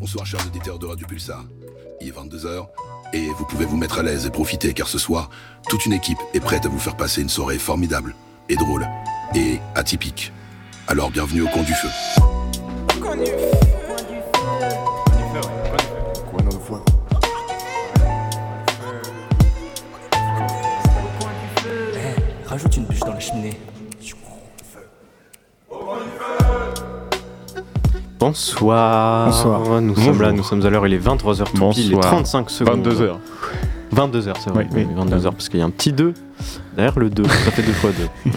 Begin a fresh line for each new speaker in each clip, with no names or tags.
Bonsoir chers auditeurs de Radio Pulsar. Il est 22h et vous pouvez vous mettre à l'aise et profiter car ce soir, toute une équipe est prête à vous faire passer une soirée formidable et drôle et atypique. Alors bienvenue au Camp du Feu.
Rajoute une bûche dans la cheminée.
Bonsoir.
Bonsoir.
Nous sommes
Bonjour.
là, nous sommes à l'heure, il est 23h tout pile et
Bonsoir.
35 secondes.
22h.
22h, c'est vrai.
Oui, oui.
22h, parce qu'il y a un petit 2. D'ailleurs, le 2, ça fait 2 fois 2.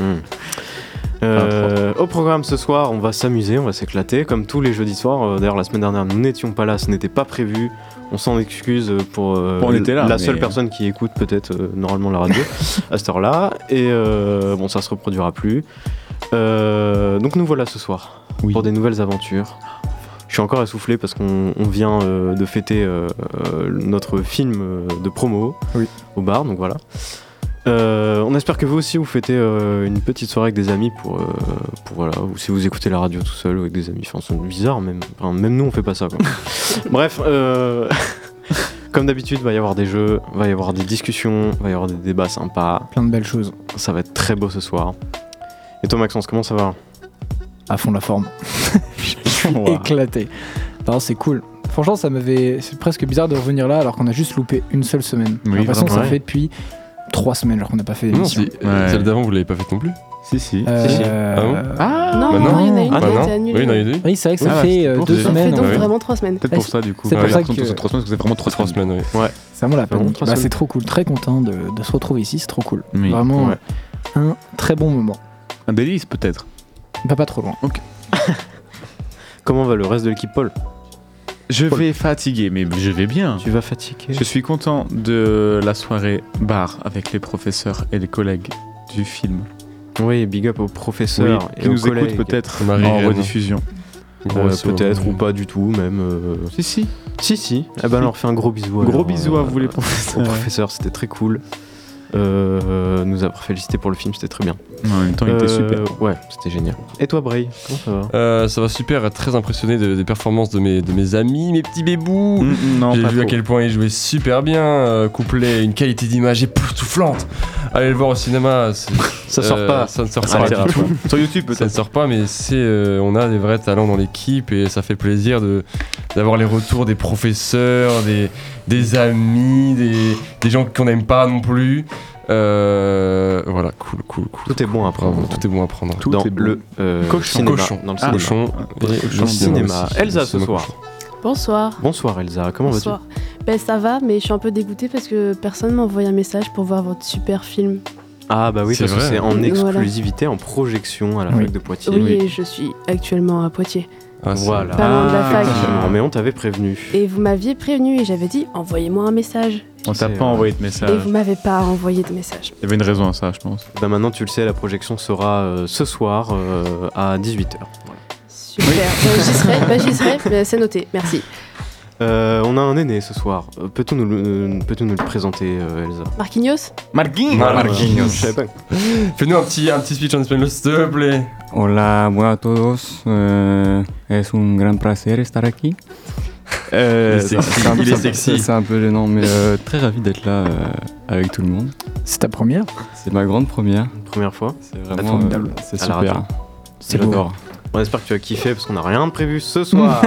Euh, au programme ce soir, on va s'amuser, on va s'éclater, comme tous les jeudis soirs. Euh, D'ailleurs, la semaine dernière, nous n'étions pas là, ce n'était pas prévu. On s'en excuse euh, pour euh,
Bon, on était là,
la
mais-
seule personne qui écoute peut-être euh, normalement la radio à cette heure-là. Et euh, bon, ça se reproduira plus. Euh, donc nous voilà ce soir
Oui.
pour des nouvelles aventures. Je suis encore essoufflé parce qu'on on vient euh, de fêter euh, euh, notre film euh, de promo
Oui.
au bar, donc voilà. Euh, on espère que vous aussi vous fêtez euh, une petite soirée avec des amis pour, euh, pour voilà, ou si vous écoutez la radio tout seul ou avec des amis, enfin c'est bizarre même, Enfin, même nous on fait pas ça quoi. Bref, euh, comme d'habitude va y avoir des jeux, va y avoir des discussions, va y avoir des débats sympas,
Plein de belles choses.
ça va être très beau ce soir. Et toi Maxence, comment ça va
À fond la forme.
Ouah.
Éclaté. Non, c'est cool. Franchement, ça m'avait. C'est presque bizarre de revenir là alors qu'on a juste loupé une seule semaine.
Oui,
J'ai l'impression que ça
vraiment,
fait depuis trois semaines alors qu'on n'a pas fait
Non,
d'émission.
si, euh,
Ouais.
celle d'avant, vous l'avez pas faite non plus
Si si.
Euh,
Si, si.
Ah non,
Bah
non,
non.
il y en a une
Ah
qui a
non
été annulée.
Oui, non, il y en a eu
Oui, c'est vrai que ça
Ah,
fait
c'était
euh,
pour
deux
des-
Ça fait
semaines.
donc
ouais.
ouais.
vraiment trois semaines.
Peut-être
Ah,
pour ça, du coup.
C'est
Ouais,
pour ça
ouais.
que-
Trois semaines, parce que c'est vraiment trois, trois semaines, oui.
C'est vraiment la
Ça fait
peine.
trois
Bah,
semaines.
c'est trop cool. Très content de, de se retrouver ici. C'est trop cool.
Oui.
Vraiment
Ouais.
un très bon moment. Bah,
Un délice, peut-être.
Pas pas trop loin.
Comment va le reste de l'équipe Paul
Je vais fatiguer, mais je vais bien.
Tu vas fatiguer.
Je suis content de la soirée bar avec les professeurs et les collègues du film.
Oui, big up aux professeurs
Oui,
et
qui
aux
nous écoutent
collègues.
peut-être
Marie
en
Reine.
rediffusion.
Gros
Euh,
saut.
peut-être ou pas du tout même. euh,
Si, si.
Si si. Eh ben alors on fait un gros bisou.
Gros
alors,
bisous
euh,
à vous les
Aux
professeurs.
professeurs, c'était très cool. Euh, euh, nous a félicité pour le film, c'était très bien.
Ouais, En même temps, il était
Euh,
super.
Ouais, c'était génial. Et toi, Bray, comment ça va
Euh, ça va super, très impressionné de- des performances de mes, de mes amis, mes petits bébous.
Mm, mm, non,
J'ai
pas
vu à
trop.
quel point il jouait super bien, euh, couplé à une qualité d'image époustouflante. Allez le voir au cinéma, c'est-
Ça sort
euh,
pas.
ça ne sort
Ah,
pas
c'est
du
rare,
tout.
Sur YouTube,
Ça ne
peut-être.
sort pas, mais c'est, euh, on a des vrais talents dans l'équipe et ça fait plaisir de, d'avoir les retours des professeurs, des, des amis, des, des gens qu'on n'aime pas non plus. Euh, voilà, cool, cool, cool.
Tout est bon après.
Bravo, tout est bon à prendre.
Tout
dans
est bon.
le euh,
Cochon.
cinéma.
Cochon.
Dans le
Ah,
cinéma.
Cochon et
Ouais,
le
cochon.
Cinéma.
aussi.
Elsa
Le
ce
cinéma
soir.
cochon.
Bonsoir.
Bonsoir Elsa, comment vas-tu
Bonsoir. Ben ça va, mais je suis un peu dégoûtée parce que personne m'a envoyé un message pour voir votre super film.
Ah bah oui,
C'est
parce que
vrai.
c'est en
Voilà.
exclusivité, en projection à la
Oui.
fac de Poitiers.
oui, et je suis actuellement à Poitiers.
Ah, c'est-
Voilà.
Pas loin de la fac.
Effectivement, mais on t'avait prévenu.
Et vous m'aviez prévenu et j'avais dit envoyez-moi un message.
On t'a
C'est,
pas
euh,
envoyé de
Et
message.
vous m'avez pas envoyé de message.
Il y avait une raison à ça, je pense.
Bah maintenant tu le sais, la projection sera euh, ce soir euh, à 18h.
Super. Ben, j'y serai, ben, j'y serai, ben, c'est noté, merci.
Euh, on a un aîné ce soir. Euh, Peut-on nous, le- euh, peut-on nous le présenter, euh, Elsa
Marquinhos
Marguerite
Euh, je savais pas.
Fais-nous un petit, un petit speech en espagnol, s'il te plaît.
Hola, buenas a todos. Eh, es un gran placer estar aquí. Eh,
Il est sexy,
c'est un-
il est
c'est un-
sexy.
C'est un peu gênant, mais euh, très ravi d'être là euh, avec tout le monde.
C'est ta première
C'est ma grande première.
Première fois.
C'est vraiment
Formidable.
euh, c'est
À la radio.
super.
C'est beau.
J'adore.
On espère que tu as kiffé parce qu'on n'a rien de prévu ce soir.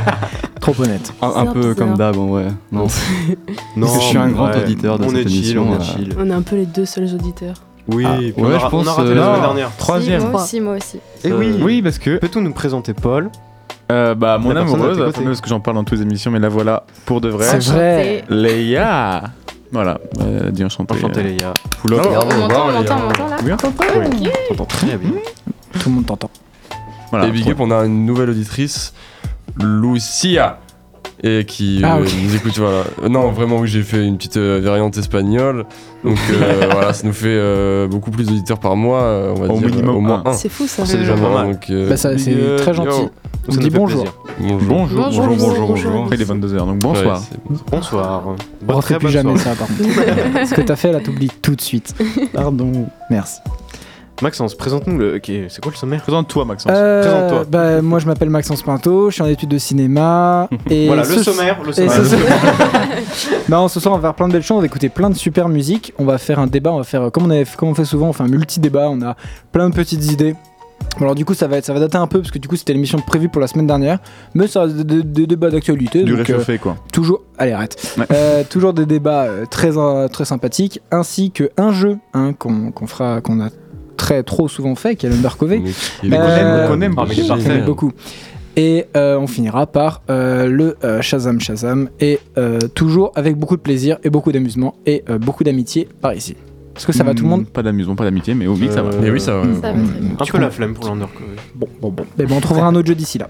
Trop honnête.
Un, un
Bizarre,
peu comme
bizarre.
d'hab, en vrai. Non, c'est-
non,
Je suis un grand
ouais,
auditeur de
on
cette
est chill,
émission,
On
euh.
est chill.
On est un peu les deux seuls auditeurs.
Oui,
Ah,
puis
ouais,
on, a,
je
on a
pense,
raté
euh,
la
non.
semaine dernière.
Troisième.
moi aussi, moi aussi.
Et Eh Euh, oui.
Oui, parce que
Peut-on nous présenter Paul
euh, bah, mon
La personne
amoureuse,
à tes
la
côtés.
fameuse que j'en parle dans toutes les émissions, mais la voilà pour de vrai.
C'est vrai.
Léa Voilà, euh, dis enchanté.
Enchanté, les gars.
Poulot.
Ah,
On m'entend, on
bravo, les
m'entend, on
gars.
m'entend là.
Bien.
Oui, t'entends très bien.
Tout le monde t'entend.
Voilà,
et big
trop-
up, on a une nouvelle auditrice, Lucia, et qui
Ah,
euh,
ok.
nous écoute. Voilà. Euh, Non, vraiment, oui, j'ai fait une petite euh, variante espagnole. Donc euh, voilà, ça nous fait euh, beaucoup plus d'auditeurs par mois. euh, on va
Au
dire,
minimum
au moins
un.
un.
C'est fou ça.
C'est déjà
Euh,
pas mal.
donc, euh,
Bah, ça, c'est
big up,
très
yo.
gentil. On
Ça nous
dit
fait
bonjour.
plaisir.
Bonjour.
Bonjour,
Bonjour,
bonjour, bonjour,
bonjour,
bonjour.
bonjour.
Il est 22h, donc
Ouais,
bonsoir.
c'est-
Bonsoir.
On
Très
refait plus
bonne
jamais ça,
soirée.
pardon. Ce que t'as fait là, t'oublies tout de suite. Pardon. Merci.
Maxence, présente-nous le. ok, c'est quoi le sommaire
Présente-toi, Maxence.
Euh,
Présente-toi.
bah, moi, je m'appelle Maxence Pinto, je suis en études de cinéma. et
Voilà,
ce-
le sommaire. Le
Et
sommaire.
ce soir- non, ce soir on va faire plein de belles choses, on va écouter plein de super musique, on va faire un débat, on va faire euh, comme on, avait- comme on fait souvent, on fait un multi-débat, on a plein de petites idées. Bon, alors du coup ça va, être- ça va dater un peu parce que du coup c'était l'émission prévue pour la semaine dernière, mais ça reste des, des- des débats d'actualité.
Du
donc, euh,
réchauffé, quoi.
toujours, allez arrête.
Ouais.
Euh, toujours des débats euh, très euh, très sympathiques, ainsi que un jeu hein, qu'on qu'on fera, qu'on a très trop souvent fait, qui est l'Undercover.
Il est
qu'on aime,
génial.
qu'on aime,
Ah, mais il est
J'aime
parfait.
beaucoup. Et euh, on finira par euh, le euh, Shazam Shazam. Et euh, toujours avec beaucoup de plaisir et beaucoup d'amusement et euh, beaucoup d'amitié par ici. Est-ce que ça va tout le monde Euh,
Hmm, Pas d'amusement, pas d'amitié, mais au mix, ça va.
Mais Eh oui, ça va.
Ça va très bien.
Un
Tu
peu
comprends
la flemme pour l'undercover.
Bon, bon, bon. Mais bon, Eh ben, on trouvera un autre jeu d'ici là.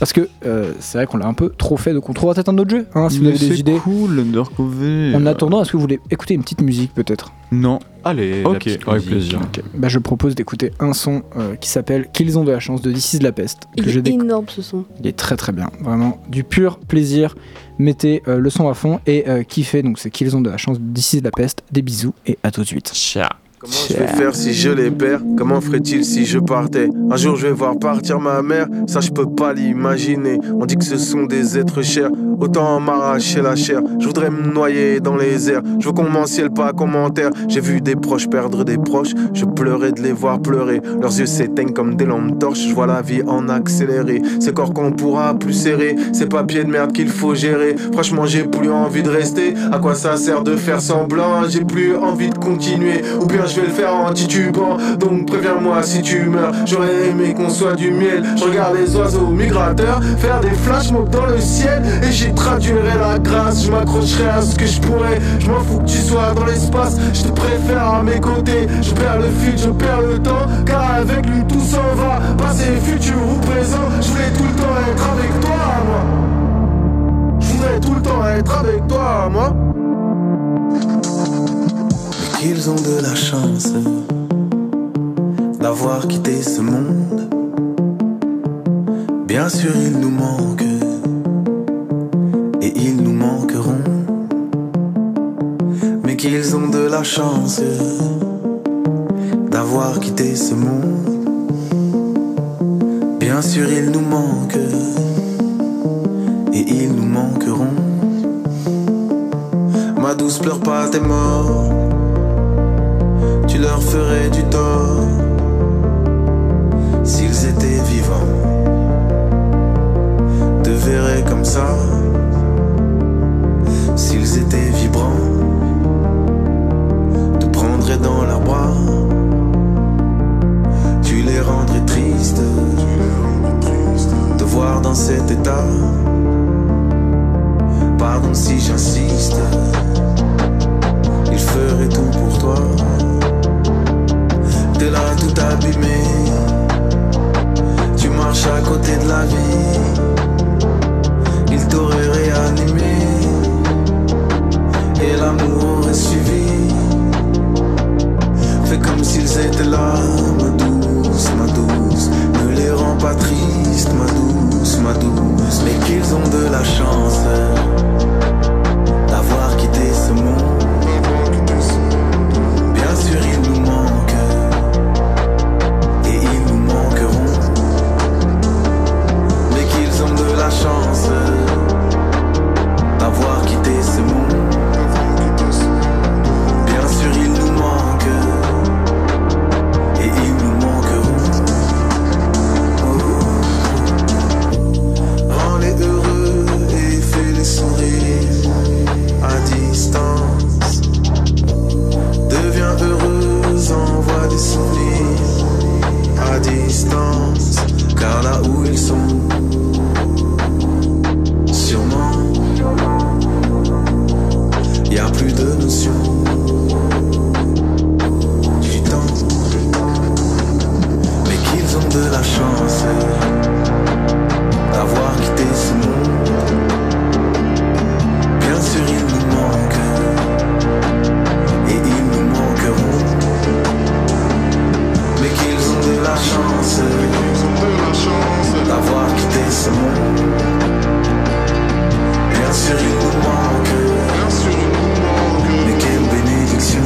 Parce que euh, c'est vrai qu'on l'a un peu trop fait, donc on trouvera peut-être un autre jeu. hein, si vous
Mais
avez
c'est
des idées.
cool, l'undercover.
En attendant, est-ce que vous voulez écouter une petite musique peut-être
Non.
Allez,
Ok, avec plaisir.
bah, Je propose d'écouter un son euh, qui s'appelle Qu'ils ont de la chance de This is la peste. que
Il
j'ai
est
découvert.
énorme ce son.
Il est très très bien, vraiment du pur plaisir. Mettez euh, le son à fond et euh, kiffez. Donc c'est qu'ils ont de la chance d'ici de la peste. Des bisous et à tout de suite.
Comment je vais faire si je les perds Comment ferait-il si je partais Un jour je vais voir partir ma mère, ça je peux pas l'imaginer. On dit que ce sont des êtres chers, autant m'arracher la chair. Je voudrais me noyer dans les airs, je veux qu'on m'en ciel pas commentaire. J'ai vu des proches perdre des proches, je pleurais de les voir pleurer. Leurs yeux s'éteignent comme des lampes torches, je vois la vie en accéléré. Ces corps qu'on pourra plus serrer, ces papiers de merde qu'il faut gérer. Franchement, j'ai plus envie de rester. À quoi ça sert de faire semblant J'ai plus envie de continuer. Ou bien je vais le faire en titubant. Donc préviens-moi si tu meurs. J'aurais aimé qu'on soit du miel. Je regarde les oiseaux migrateurs faire des flash mobs dans le ciel. Et j'y traduirai la grâce. Je m'accrocherai à ce que je pourrais. Je m'en fous que tu sois dans l'espace. Je te préfère à mes côtés. Je perds le fil, je perds le temps. Car avec lui tout s'en va. Passé, futur ou présent. Je voulais tout le temps être avec toi, moi. Je voudrais tout le temps être avec toi, moi. Qu'ils ont de la chance d'avoir quitté ce monde. Bien sûr, ils nous manquent et ils nous manqueront. Mais qu'ils ont de la chance d'avoir quitté ce monde. Bien sûr, ils nous manquent et ils nous manqueront. Ma douce, pleure pas tes morts, tu leur ferais du tort s'ils étaient vivants. Te verrais comme ça s'ils étaient vibrants. Te prendraient dans leurs bras, tu les rendrais tristes. Te voir dans cet état. Pardon si j'insiste, il ferait tout pour toi. T'es là tout abîmé, tu marches à côté de la vie. Il t'aurait réanimé et l'amour aurait suivi. Fais comme s'ils étaient là, ma douce, ma douce. Ne les rends pas tristes, ma douce, ma douce. Mais qu'ils ont de la chance d'avoir quitté ce monde. Bien sûr, ils nous manquent et ils nous manqueront. Mais qu'ils ont de la chance d'avoir quitté ce monde. Bien sûr, ils nous manquent et ils nous manqueront. Oh. Rends-les heureux et fais-les sourire à distance. Deviens heureuse, envoie des sourires à distance. Car là où ils sont, sûrement. Y a plus de notion du temps, mais qu'ils ont de la chance d'avoir quitté ce monde. Bien sûr, ils nous manquent et ils nous manqueront, mais qu'ils ont de la chance d'avoir quitté ce monde. Bien sûr, ils nous manquent. Mais quelle bénédiction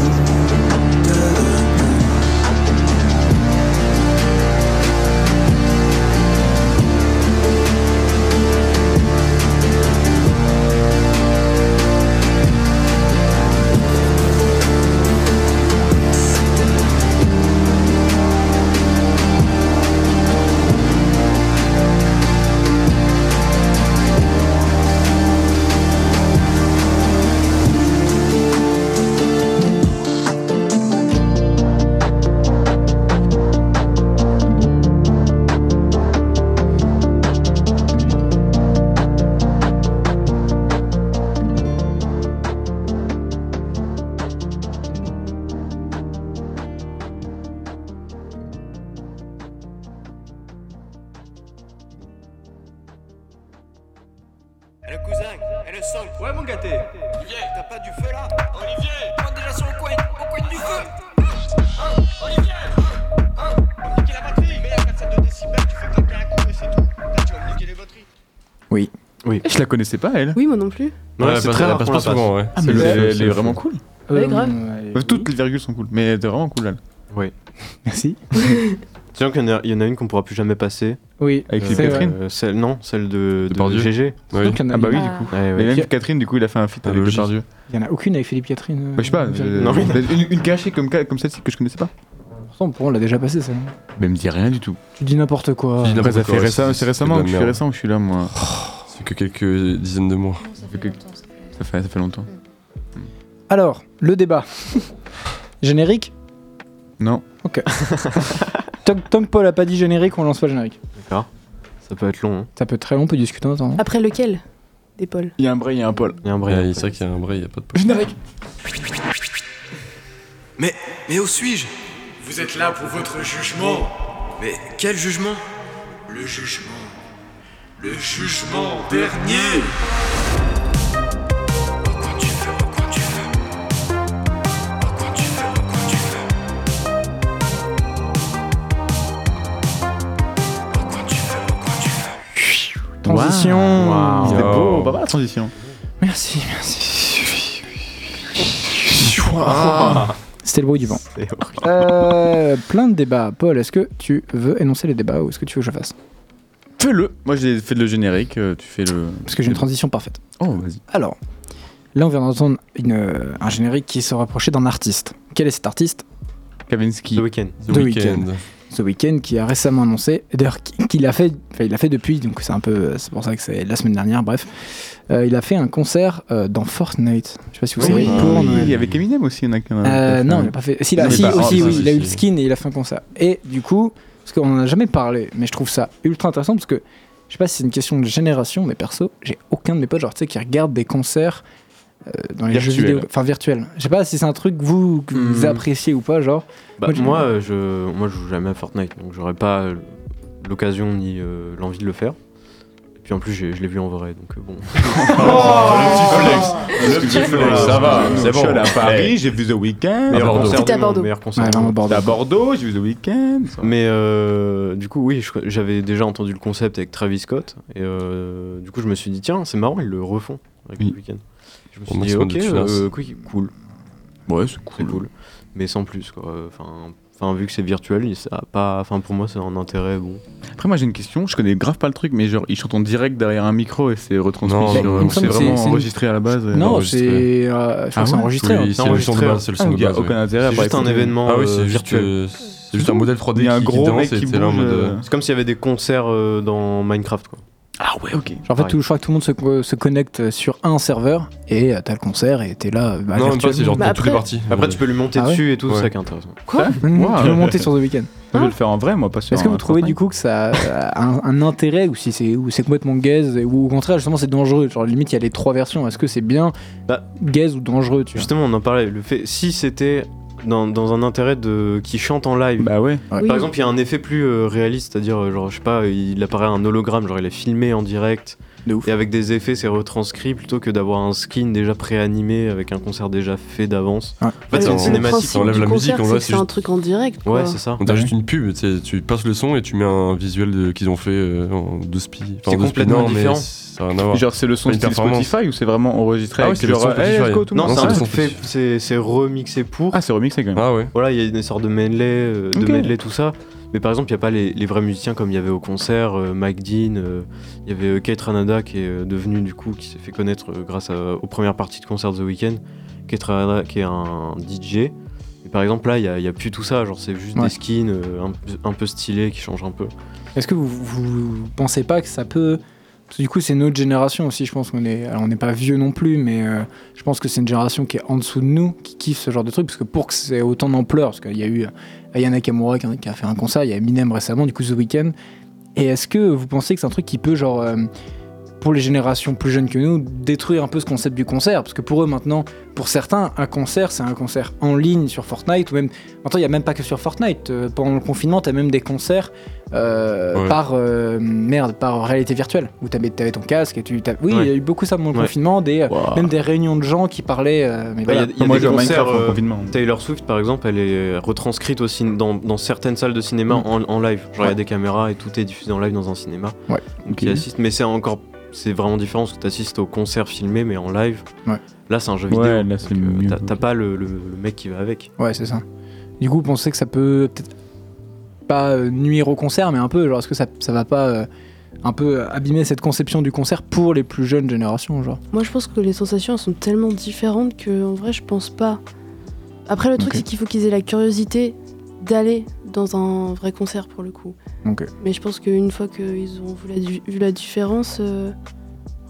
le cousin, et le sol. Ouais, mon gâté. Olivier, t'as pas du feu là Olivier, prends déjà sur le coin, au coin du feu. Hein, Olivier, hein, hein, niquer la batterie. Mais à 4 de décibels, tu fais claquer un coup et c'est tout. Là, tu vas me niquer les batteries.
Oui. Oui. Je la connaissais pas, elle.
Oui, moi non plus.
Ouais,
Ouais,
c'est
bah,
très
elle
rare
passe
qu'on
pas
la passe.
souvent, ouais.
Ah,
C'est
mais
le-
elle,
le-
elle est
le-
vraiment cool.
Ouais, grave.
Euh, Toutes les virgules sont cool, mais elle est vraiment cool, elle.
Oui.
Merci.
Tiens, qu'il y en a- il y en a une qu'on pourra plus jamais passer.
Oui.
Avec les
Euh,
Catherine
celle, Non, celle de, de,
Depardieu.
GG.
Oui.
Donc, il y en a-
Ah bah oui,
Ah.
du coup.
Ouais, ouais.
Mais même
Pierre-
Catherine, du coup, il a fait un feat
Ah,
avec
logique.
Depardieu.
Il y en a aucune avec Philippe Catherine.
Bah, je sais pas, euh,
Non, mais-
peut-être une, une cachée comme, ca- comme celle-ci que je connaissais pas.
Pourtant, pour on l'a déjà passé ça.
Mais elle me dit rien du tout.
Tu dis n'importe quoi.
Tu dis
Après,
n'importe
ça
quoi,
fait récemment, c'est récemment
de la
que je suis
merde.
récent que je suis là, moi.
C'est que quelques dizaines de mois.
Non, ça
que-
fait longtemps,
Ça
ça fait longtemps.
fait, ça fait longtemps.
Alors, le débat. générique
Non.
Tom, Tom Paul a pas dit générique, on lance pas le générique.
D'accord. Ça peut être long. hein.
Ça peut être très long, on peut discuter en hein. attendant.
Après lequel Des Paul.
Il y a un Bray, il y a un Paul.
Il y a un
Ouais,
brin.
c'est vrai qu'il y a un bras, il n'y a pas de
Générique
Mais, mais où suis-je
Vous êtes là pour votre jugement.
Mais quel jugement
Le jugement. Le jugement dernier.
Transition
Waouh.
C'était
Oh.
beau, pas mal la transition.
Merci, merci.
Ah.
C'était le bruit du vent. Euh, plein de débats. Paul, est-ce que tu veux énoncer les débats ou est-ce que tu veux que je fasse
Fais-le Moi, j'ai fait le générique, euh, tu fais le.
Parce que j'ai une transition parfaite.
Oh, vas-y.
Alors, là, on vient d'entendre une, euh, un générique qui se rapprochait d'un artiste. Quel est cet artiste
Kavinsky.
Le week-end.
The
The
Weeknd.
The Weeknd qui a récemment annoncé, et d'ailleurs qui- qu'il a fait, enfin, il a fait depuis, donc c'est un peu, euh, c'est pour ça que c'est la semaine dernière, bref. Euh, il a fait un concert euh, dans Fortnite. Je sais pas si vous
Oui,
savez.
oui,
Ah
pour
oui,
Noël.
avec Eminem aussi, il y en a qui en a-
Euh,
qui a
non,
fait
il a
un-
pas fait. Si, il a-
Non,
si,
mais pas-
aussi,
ah,
oui,
si,
il a
si,
eu le
si.
skin et il a fait un concert. Et du coup, parce qu'on en a jamais parlé, mais je trouve ça ultra intéressant parce que je sais pas si c'est une question de génération, mais perso, j'ai aucun de mes potes, genre, tu sais, qui regardent des concerts euh, dans les jeux
Virtuels.
vidéo, enfin virtuels. Je sais pas si c'est un truc vous, que vous
Hmm.
appréciez ou pas, genre.
Bah,
Moi, j'ai-
moi, euh, je, moi, je joue jamais à Fortnite, donc j'aurais pas euh, l'occasion ni euh, l'envie de le faire. Et puis en plus, j'ai- je l'ai vu en vrai, donc euh, bon.
Oh,
Oh,
Le petit
flex, ça va, c'est
Je suis
bon.
allé à Paris,
Hey.
j'ai vu The Weeknd.
Ah. À Bordeaux.
concert
C'était à
du
Bordeaux.
monde, meilleur concert
Ouais,
du
non,
monde.
Bordeaux.
J'étais à Bordeaux, j'ai vu The Weeknd.
Mais euh, du coup, oui, je- j'avais déjà entendu le concept avec Travis Scott, et euh, du coup, je me suis dit, tiens, c'est marrant, ils le refont avec
Oui.
le week-end. Je me
Au
suis
moins,
dit,
c'est
ok,
de finance.
euh, oui, cool,
Ouais, c'est
c'est cool, mais sans plus, quoi. Enfin, enfin, vu que c'est virtuel, ça a pas, enfin, pour moi, c'est un intérêt bon.
Après, moi j'ai une question, je connais grave pas le truc, mais genre ils chantent en direct derrière un micro et c'est retransmis.
Non,
sur-
non,
euh,
non,
c'est
c'est-
vraiment
c'est une-
enregistré à la base. euh,
non,
enregistré.
c'est euh, je crois
Ah
que c'est
ouais
enregistré. hein.
Oui, c'est le son de
enregistré,
base, Ah, c'est le son
donc
de
il y a
base, ouais.
aucun intérêt à
C'est
part
juste un
écouter.
événement
Ah oui,
euh,
c'est juste,
virtuel.
euh, c'est juste un modèle 3D
Il y a un
qui,
gros
qui danse
mec
et
qui
t'es là en
bouge,
mode, euh,
euh,
C'est comme s'il y avait des concerts euh, dans Minecraft, quoi.
Ah ouais, ok.
Genre, en fait, tout- je crois que tout le monde se, co- se connecte euh, sur un serveur et euh, t'as le concert et t'es là. bah,
Non, même pas,
virtuellement.
c'est genre
Bah
t'as toutes les
après-
parties.
Après, tu peux lui monter
Ah ouais
dessus et tout,
Ouais.
c'est ça qui est intéressant.
Quoi
Wow.
Tu veux monter sur The Weeknd Hein
Je vais le faire en vrai, moi, pas sur.
Est-ce que
un
vous trouvez du
Fortnite.
coup que ça a un, un intérêt ou si c'est ou c'est complètement gaze ou au contraire justement c'est dangereux genre limite il y a les trois versions est-ce que c'est bien
Bah,
gaze ou dangereux tu vois
Justement, on en parlait. Le fait, si c'était dans, dans un intérêt de qui chante en live.
Bah ouais.
oui.
Par exemple, il y a un effet plus euh, réaliste, c'est-à-dire, euh, genre, je sais pas, il apparaît un hologramme, genre il est filmé en direct,
De ouf.
et avec des effets, c'est retranscrit plutôt que d'avoir un skin déjà préanimé avec un concert déjà fait d'avance.
Ouais.
En fait, c'est
Ouais,
une
le
cinématique.
principe. enlève la musique, on voit,
c'est
c'est
un
juste-
truc en direct. Quoi.
Ouais, c'est ça.
On t'ajoute une pub, tu sais, tu passes le son et tu mets un visuel de- qu'ils ont fait euh, en deux spi. Enfin,
C'est
en deux spi,
complètement
non, mais
différent.
Ça n'a rien à voir.
Genre c'est le son
Pas une
style
performance.
Spotify ou c'est vraiment enregistré
Ah
avec
ouais, c'est le son
genre, hey,
Spotify.
let's go, tout le
Non,
monde
c'est un
c'est
ensemble.
truc
un
fait,
truc-
c'est c'est remixé pour.
Ah, c'est remixé quand même.
Ah ouais.
Voilà, il y a une sorte de medley, euh, de
Ok.
medley, tout ça. Mais par exemple, il n'y a pas les, les vrais musiciens comme il y avait au concert, euh, Mike Dean, euh, il y avait euh, Kate Ranada qui est euh, devenue du coup, qui s'est fait connaître euh, grâce à- aux premières parties de concert de The Weeknd. Kate Ranada qui est un DJ. Et par exemple, là, il n'y a, il y a plus tout ça, genre c'est juste
Ouais.
des skins euh, un, peu- un peu stylés qui changent un peu.
est-ce que vous, vous pensez pas que ça peut parce que du coup c'est notre génération aussi je pense qu'on est alors on n'est pas vieux non plus mais euh, je pense que c'est une génération qui est en dessous de nous qui kiffe ce genre de truc parce que pour que c'est autant d'ampleur parce qu'il y a eu Aya Nakamura qui a- qui a fait un concert il y a Eminem récemment du coup The Weeknd et est-ce que vous pensez que c'est un truc qui peut genre euh, pour les générations plus jeunes que nous, détruire un peu ce concept du concert. Parce que pour eux maintenant, pour certains, un concert, c'est un concert en ligne sur Fortnite. Ou même, maintenant, il n'y a même pas que sur Fortnite. Euh, pendant le confinement, tu as même des concerts euh,
Ouais.
par, euh, merde, par réalité virtuelle. Où tu avais, ton casque. Et tu, t'as- oui, il y a
Ouais.
eu beaucoup ça pendant le
Ouais.
confinement. Des, euh,
Wow.
Même des réunions de gens qui parlaient. euh, mais
Bah, Il y a-
voilà.
il y a, des concerts, euh, Taylor Swift par exemple, elle est euh, retranscrite au cin- dans, dans certaines salles de cinéma en, en live. Genre il y a
Mm. Ouais.
des caméras et tout est diffusé en live dans un cinéma.
Ouais.
Donc il
Ok.
assiste, mais c'est encore, c'est vraiment différent parce que tu assistes au concert filmé mais en live.
Ouais.
Là c'est un jeu
Ouais,
vidéo. euh,
là, c'est mieux.
T'as- T'as pas le, le- le mec qui va avec.
Ouais, c'est ça. Du coup, vous pensez que ça peut peut-être pas euh, nuire au concert, mais un peu, genre, est-ce que ça, ça va pas euh, un peu euh, abîmer cette conception du concert pour les plus jeunes générations, genre
Moi, je pense que les sensations elles sont tellement différentes que, en vrai, je pense pas. Après, le truc,
Ok.
c'est qu'il faut qu'ils aient la curiosité d'aller dans un vrai concert pour le coup.
Ok.
Mais je pense qu'une fois qu'ils ont vu la, di- vu la différence, euh,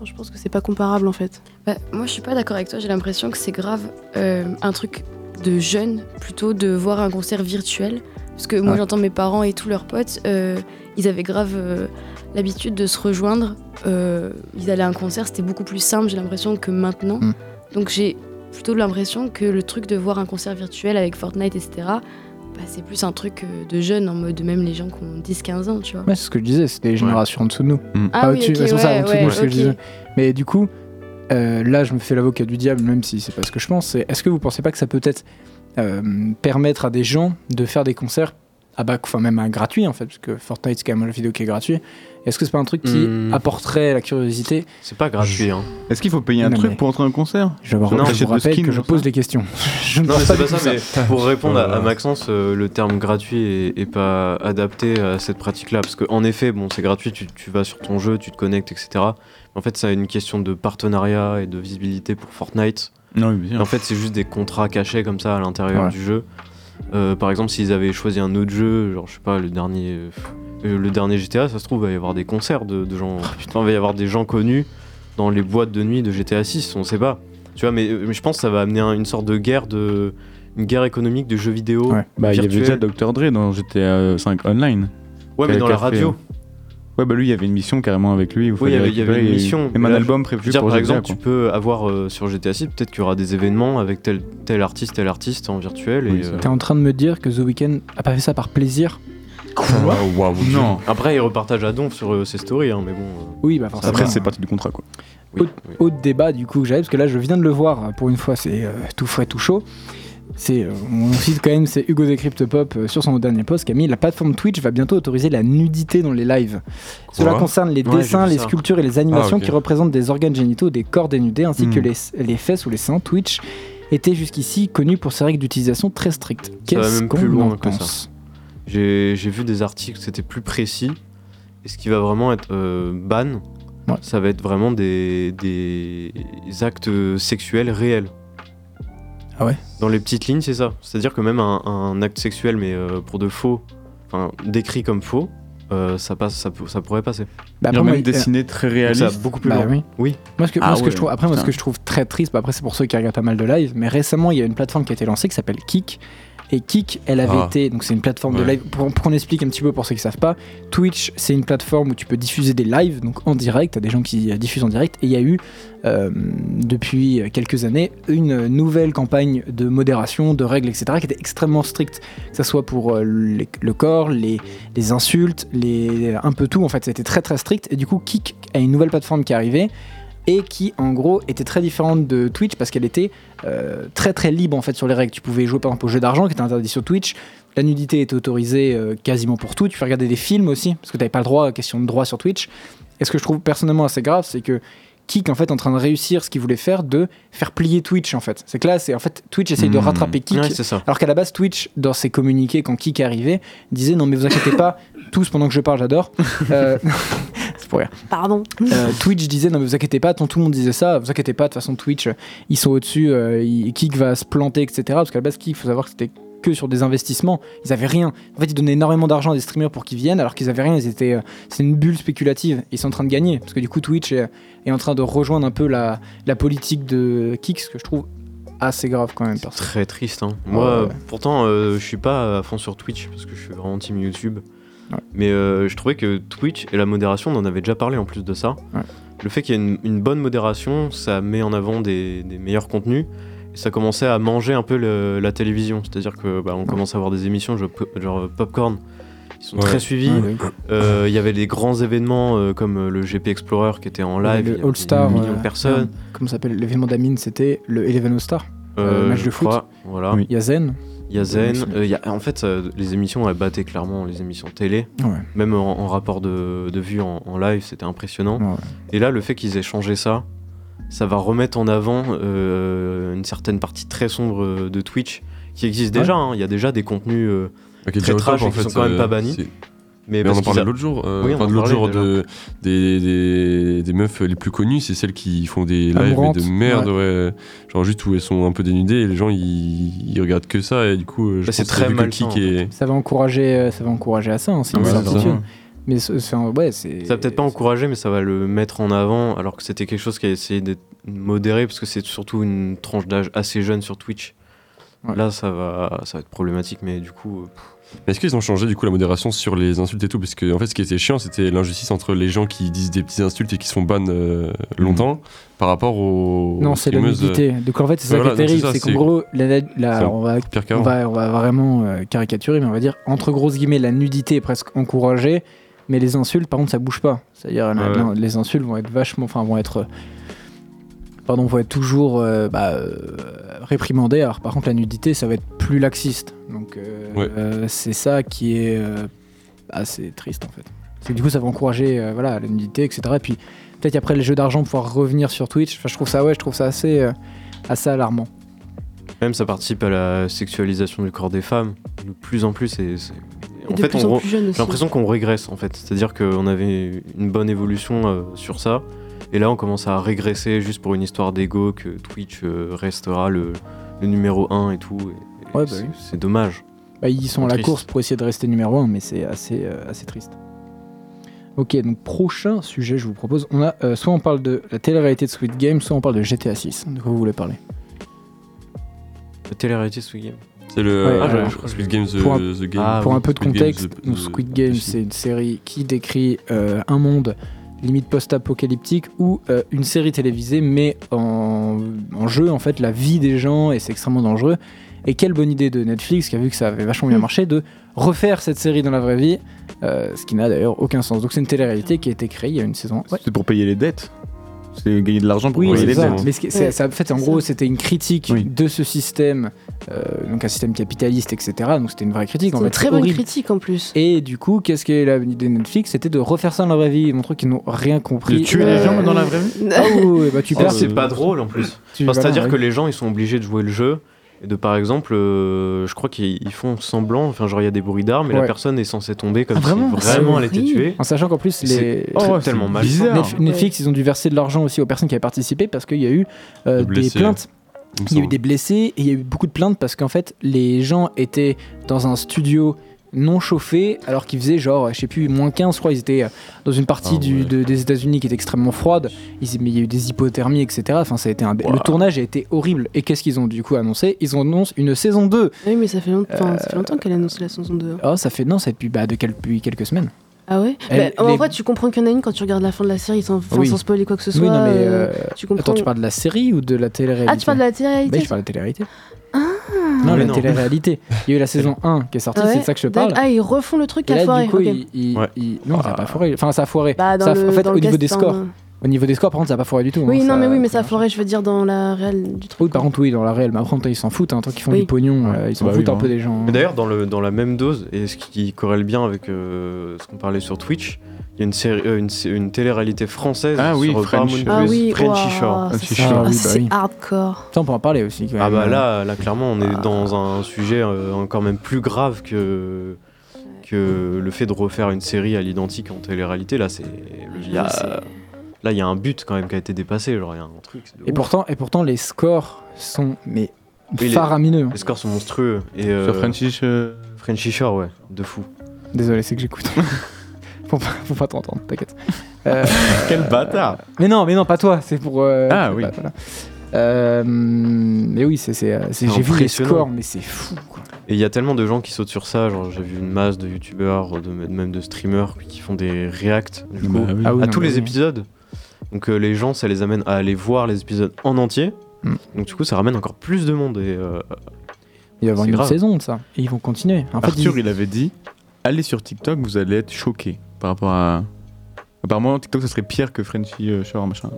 je pense que c'est pas comparable en fait.
Bah, moi, je suis pas d'accord avec toi. J'ai l'impression que c'est grave euh, un truc de jeune plutôt de voir un concert virtuel. Parce que moi,
Ouais.
j'entends mes parents et tous leurs potes, euh, ils avaient grave euh, l'habitude de se rejoindre. Euh, ils allaient à un concert, c'était beaucoup plus simple, j'ai l'impression, que maintenant.
Mm.
Donc, j'ai plutôt l'impression que le truc de voir un concert virtuel avec Fortnite, etc., bah, c'est plus un truc euh, de jeune, en mode même les gens qui ont 10-15 ans, tu vois.
Ouais, c'est ce que je disais, c'était les générations en dessous de nous.
Mm.
Ah
Pas
oui,
au-dessus,
ok,
elles sont ça,
ouais,
en dessous de nous,
ouais,
c'est ce que je
ok.
disais. Mais du coup, euh, là, je me fais l'avocat du diable, même si c'est pas ce que je pense. c'est Est-ce que vous pensez pas que ça peut être euh, permettre à des gens de faire des concerts à bac, enfin même à gratuit en fait, parce que Fortnite c'est quand même un jeu vidéo qui est gratuit. Est-ce que c'est pas un truc qui
Hmm.
apporterait la curiosité
C'est pas gratuit. Hein.
Est-ce qu'il faut payer un
Non,
truc
mais-
pour entrer à un concert
Je vous,
Non,
je
t'achètes
vous
le
rappelle
skin,
que je
genre
pose des questions. Je ne
Non,
pense
c'est
pas
pas
du
ça,
tout
mais pour répondre à,
Voilà.
à Maxence, euh, le terme gratuit est, est pas adapté à cette pratique-là. Parce qu'en effet, bon, c'est gratuit, tu, tu vas sur ton jeu, tu te connectes, etc. Mais en fait, ça a une question de partenariat et de visibilité pour Fortnite.
Non, oui, bien sûr.
Et En fait, c'est juste des contrats cachés comme ça à l'intérieur
Ouais.
du jeu. Euh, par exemple, s'ils avaient choisi un autre jeu, genre, je sais pas, le dernier. euh, le dernier GTA, ça se trouve, il va y avoir des concerts de, de
Oh,
gens. Putain, il va y avoir des gens connus dans les boîtes de nuit de GTA 6, on sait pas. Tu vois, mais, euh, mais je pense que ça va amener un- une sorte de guerre de. Une guerre économique du jeu vidéo.
Bah, il y avait
virtuel.
déjà Dr. Dre dans GTA 5 euh, Online.
Ouais, mais
Qui-
dans
qui a
la radio.
fait- Ouais, bah lui, il y avait une mission carrément avec lui. où
Oui, il y
fallait
avait, il y avait
récupérer
une
et-
mission.
Même
Mais
un
là,
album
je veux
prévu
dire,
pour
par
GTA,
exemple,
quoi.
tu peux avoir euh, sur GTA 6, peut-être qu'il y aura des événements avec tel, tel artiste, tel artiste en virtuel. et, euh,
T'es en train de me dire que The Weeknd a pas fait ça par plaisir
Quoi
Euh, Non.
Après, il repartage à donf sur euh, ses stories, hein, mais bon. euh,
Oui, bah
ça
forcément.
va.
Après, c'est parti du contrat, quoi.
Autre, autre débat du coup que j'avais, parce que là je viens de le voir, euh, pour une fois c'est euh, tout frais, tout chaud. C'est, euh, on cite quand même, c'est Hugo Décrypte Pop euh, sur son dernier post qui a mis la plateforme Twitch va bientôt autoriser la nudité dans les lives. Cela concerne les
Ouais,
dessins,
j'ai vu
les
ça.
sculptures et les animations
Ah, ok.
qui représentent des organes génitaux, des corps dénudés ainsi que
Hmm.
les, les fesses ou les seins. Twitch était jusqu'ici connu pour ses règles d'utilisation très strictes.
Ça va
Qu'est-ce
même
qu'on
plus
en
loin que
pense
ça. J'ai j'ai vu des articles, c'était plus précis. Et ce qui va vraiment être euh, ban, ça va être vraiment des, des actes sexuels réels.
Ah ouais
Dans les petites lignes, c'est ça. C'est-à-dire que même un, un acte sexuel, mais euh, pour de faux, enfin décrit comme faux, euh, ça, passe, ça, peut- ça pourrait passer.
Bah,
Ils ont
après,
même
moi,
dessiné très réaliste.
Ça va beaucoup plus
Bah
loin.
oui. Moi, ce que, moi,
Ah
ce que
ouais,
je trouve, après, moi, ce
putain.
que je trouve très triste, bah, après, c'est pour ceux qui regardent pas mal de live, mais récemment, il y a une plateforme qui a été lancée qui s'appelle Kik. Et Kik, elle avait
Ah.
été. Donc, c'est une plateforme de
Ouais.
live. Pour, pour qu'on explique un petit peu pour ceux qui savent pas, Twitch, c'est une plateforme où tu peux diffuser des lives, donc en direct. T'as des gens qui euh, diffusent en direct. Et il y a eu, euh, depuis quelques années, une nouvelle campagne de modération, de règles, etc., qui était extrêmement stricte. Que ça soit pour euh, les- le corps, les, les insultes, les, un peu tout. En fait, c'était très très strict. Et du coup, Kik a une nouvelle plateforme qui est arrivée et qui en gros était très différente de Twitch parce qu'elle était euh, très très libre en fait sur les règles. Tu pouvais jouer par exemple au jeu d'argent qui était interdit sur Twitch, la nudité était autorisée euh, quasiment pour tout, tu pouvais regarder des films aussi parce que t'avais pas le droit, question de droit sur Twitch. Et ce que je trouve personnellement assez grave, c'est que Kik en fait est en train de réussir ce qu'il voulait faire de faire plier Twitch en fait. C'est que là c'est en fait Twitch essaye de
Mmh.
rattraper Kik
Ouais, c'est ça.
alors qu'à la base, Twitch, dans ses communiqués, quand Kik arrivait, disait Non, mais vous inquiétez pas, tous pendant que je parle, j'adore. Euh, c'est pour rire.
Pardon.
Euh, Twitch disait Non, mais vous inquiétez pas, tant tout le monde disait ça, vous inquiétez pas, de toute façon, Twitch, euh, ils sont au-dessus, euh, ils- Kik va se planter, etc. Parce qu'à la base, Kik, il faut savoir que c'était que sur des investissements, ils avaient rien. En fait, ils donnaient énormément d'argent à des streamers pour qu'ils viennent, alors qu'ils avaient rien, ils étaient. euh, c'est une bulle spéculative, ils sont en train de gagner. Parce que du coup, Twitch est, est en train de rejoindre un peu la, la politique de Kik, ce que je trouve assez grave quand même. perso.
Très triste. hein. Moi,
Ouais, ouais.
pourtant, euh, je suis pas à fond sur Twitch parce que je suis vraiment team YouTube. Mais euh, je trouvais que Twitch et la modération, on en avait déjà parlé en plus de ça. le fait qu'il y ait une, une bonne modération, ça met en avant des, des meilleurs contenus. Et ça commençait à manger un peu le- la télévision. C'est-à-dire que bah, on commence à avoir des émissions genre, Pop- genre Popcorn. Ils sont
Ouais.
très suivis.
Ah
Euh,
oui.
Il y avait des grands événements euh, comme euh, le GP Explorer qui était en live. il y
le
avait
All Star.
Des millions
euh,
de personnes.
Comment ça s'appelle L'événement d'Amine, c'était le Eleven All Star.
Euh,
le match de
je
foot.
crois, voilà.
Il y a Zen.
Il y a Zen.
Merci.
euh, il y a- en fait, euh, les émissions, elles battaient clairement les émissions télé.
Ouais.
Même en, en rapport de, de vue en, en live, c'était impressionnant.
Ouais.
Et là, le fait qu'ils aient changé ça, ça va remettre en avant euh, une certaine partie très sombre euh, de Twitch qui existe
Ouais.
déjà. hein. Il y a déjà des contenus euh,
Bah, qui est
très
déjà au
trash
top,
et
en
qui
fait,
sont quand même
euh,
pas bannis.
c'est- Mais on
parce
en
qu'ils
parlait
a-
l'autre jour, euh,
Oui, on
enfin,
en
de l'autre
parlait
jour
déjà.
de, des, des, des meufs les plus connues, c'est celles qui font des lives mais
Amourante,
de merde,
ouais.
ouais. genre juste où elles sont un peu dénudées et les gens ils, ils regardent que ça et du coup euh, je
Bah,
pense
c'est
que ça a
très
vu que le
malsain,
kick
en fait.
est-
Ça va encourager, euh, ça va encourager à ça, hein, c'est
Ah
une
ouais, c'est
certitude.
ça.
Mais c'est- c'est un- ouais, c'est.
Ça va peut-être pas encourager, mais ça va le mettre en avant, alors que c'était quelque chose qui a essayé d'être modéré, parce que c'est surtout une tranche d'âge assez jeune sur Twitch. Là, ça va, ça va être problématique, mais du coup. euh,
Mais est-ce qu'ils ont changé du coup la modération sur les insultes et tout Parce que en fait, ce qui était chiant, c'était l'injustice entre les gens qui disent des petites insultes et qui se font ban euh, longtemps par rapport aux.
Non,
aux
c'est la
streameuses, euh.
nudité. Donc en fait, c'est ça
Voilà,
qui est
donc
terrible,
ça,
c'est qu'en gros, la- la- la-
c'est
on, va,
pire
on,
qu'avant.
va, on va vraiment euh, caricaturer, mais on va dire entre grosses guillemets, la nudité est presque encouragée, mais les insultes, par contre, ça bouge pas. C'est-à-dire, la-
Ouais.
non, les insultes vont être vachement, enfin, vont être, euh, pardon, vont être toujours euh, bah, euh, réprimandées. Alors par contre, la nudité, ça va être plus laxiste. Donc euh,
Ouais.
euh, c'est ça qui est euh, assez triste en fait. Parce que du coup, ça va encourager euh, voilà, la nudité, etc. Et puis peut-être après les jeux d'argent pouvoir revenir sur Twitch. Enfin, je trouve ça ouais, je trouve ça assez, euh, assez alarmant.
Même ça participe à la sexualisation du corps des femmes, de plus en plus. Et, c'est-
Et de plus
on
en
re-
plus jeune
j'ai
aussi.
l'impression qu'on régresse, en fait. C'est-à-dire qu'on avait une bonne évolution euh, sur ça, et là, on commence à régresser juste pour une histoire d'ego que Twitch euh, restera le, le numéro 1 et tout. et- et
Ouais, bah
c'est
oui.
c'est dommage.
Bah, ils sont à la
Triste.
course pour essayer de rester numéro 1, mais c'est assez, euh, assez triste. Ok, donc prochain sujet, je vous propose. On a, euh, soit on parle de la télé-réalité de Squid Game, soit on parle de GTA 6. De quoi vous voulez parler
La télé-réalité Squid Game.
C'est le
Ouais,
ah,
alors,
je- Squid Game The,
pour un,
The Game.
Ah
pour un peu de
Squid Game,
contexte,
euh,
The-
donc
The-
Squid Game, c'est une série qui décrit euh, un monde limite post-apocalyptique ou euh, une série télévisée met en, en jeu en fait la vie des gens et c'est extrêmement dangereux. Et quelle bonne idée de Netflix qui a vu que ça avait vachement bien marché de refaire cette série dans la vraie vie, euh, ce qui n'a d'ailleurs aucun sens. Donc c'est une télé-réalité qui a été créée il y a une saison. Ouais.
C'est pour payer les dettes. C'est gagner de l'argent pour
Oui,
payer
c'est
les
ça.
dettes.
Mais ce qui- c'est- ça, en fait, en gros, c'était une critique de ce système, euh, donc un système capitaliste, etc. Donc c'était une vraie critique. en
C'était une
fait,
très
c'est
bonne
horrible.
critique en plus.
Et du coup, qu'est-ce qu'est la bonne idée de Netflix C'était de refaire ça dans la vraie vie. Ils montrent qu'ils n'ont rien compris.
De tuer les
Euh,
gens dans la vraie
vie Ah oui, bah tu
Oh,
perds.
c'est pas drôle en plus.
Tu-
Enfin,
voilà,
C'est-à-dire
ouais.
que les gens ils sont obligés de jouer le jeu. Et de par exemple, euh, je crois qu'ils ils font semblant, enfin genre il y a des bruits d'armes et la
Ouais.
personne est censée tomber comme
Ah, vraiment
si vraiment elle
C'est
était tuée.
En sachant qu'en plus, les.
C'est très- tellement mal.
Netf- Netflix, ils ont dû verser de l'argent aussi aux personnes qui avaient participé parce qu'il y a eu euh,
Des
des
blessés,
plaintes.
il me
Il y a eu
semble.
des blessés et il y a eu beaucoup de plaintes parce qu'en fait, les gens étaient dans un studio non chauffé alors qu'ils faisaient genre je sais plus moins 15 je crois ils étaient euh, dans une
Ah
partie du- de- des états unis qui était extrêmement froide Ils- mais il y a eu des hypothermies etc enfin ça a été un dé- le tournage a été horrible et qu'est-ce qu'ils ont du coup annoncé ils ont annoncé une saison 2
Oui, mais ça fait longtemps, enfin,
euh,
ça fait longtemps qu'elle annonce la saison 2. hein.
oh ça fait non ça fait depuis, bah, de quel- depuis quelques semaines
Ah ouais
Elle-
Bah, En
les-
vrai, tu comprends qu'il y en a une quand tu regardes la fin de la série sans, enfin,
Oui.
sans spoiler quoi que ce
Oui,
soit.
non, mais,
euh,
euh,
tu comprends.
Attends, tu parles de la série ou de la télé-réalité
Ah, tu parles de la télé-réalité
Bah, je parle de la télé-réalité.
Ah
non, la
non.
télé-réalité. Il y a eu la saison 1 qui est sortie,
Ah ouais
c'est de ça que je te parle.
Ah, ils refont le truc
Et
à
là,
foiré.
du coup,
ok.
il- il- il- non, ça a pas foiré. Enfin, ça a foiré.
Bah, dans
Ça a-
le-
en fait,
dans
au
le
niveau des
casting,
scores.
hein.
Au niveau des scores, par contre, ça a pas foiré du tout.
Oui,
hein,
non,
ça-
mais oui, mais ça a foiré, je veux dire, dans la réelle du truc.
Oui, par contre, oui, dans la réelle. Mais après, en même temps, ils s'en foutent. hein, tant qu'ils font
Oui.
du pognon, euh, ils s'en
Bah oui,
foutent un
hein.
peu des gens.
Mais d'ailleurs, dans, le- dans la même dose, et ce qui corrèle bien avec euh, ce qu'on parlait sur Twitch, il y a une, série, euh, une, sé- une télé-réalité française
Ah oui,
sur euh,
French-
Paramount
Ah
Plus,
oui,
Frenchy
ouah,
Shore.
ça, c'est-
bah
ah, c'est hardcore.
Ça, on peut en parler aussi. quand
Ah
même, Ah.
bah
euh.
là, là clairement, on est dans un sujet euh, encore même plus grave que que le fait de refaire une série à l'identique en télé-réalité. Là, c'est il y a- là il y a un but quand même qui a été dépassé. Genre il y a un truc. c'est de
Et
ouf.
pourtant, et pourtant, les scores sont mais
Oui, les-
faramineux.
Les, scores sont monstrueux. Et,
Sur Frenchy,
Frenchy Shore, ouais, de fou.
Désolé, c'est que j'écoute. faut pas, faut pas t'entendre, t'inquiète. Euh,
Quel bâtard
Mais non, mais non, pas toi, c'est pour. euh,
Ah,
pour-
oui.
voilà. Euh, mais oui, c'est, c'est, euh, c'est- j'ai vu les
Impressionnant.
scores, mais c'est fou.
Et il y a tellement de gens qui sautent sur ça, genre j'ai vu une masse de youtubeurs, de, même de streamers qui font des reacts du
Bah
coup,
oui.
à
Ah oui, non,
tous
bah
les
oui.
épisodes. Donc euh, les gens, ça les amène à aller voir les épisodes en entier.
Mm.
Donc du coup, ça ramène encore plus de monde. Et, euh,
Il va y avoir
c'est
une
grave.
saison de ça. Et ils vont continuer. En fait,
Arthur,
ils-
il avait dit allez sur TikTok, vous allez être choqués par rapport à. Apparemment, TikTok, ça serait pire que Frenchy euh, Shower, machin.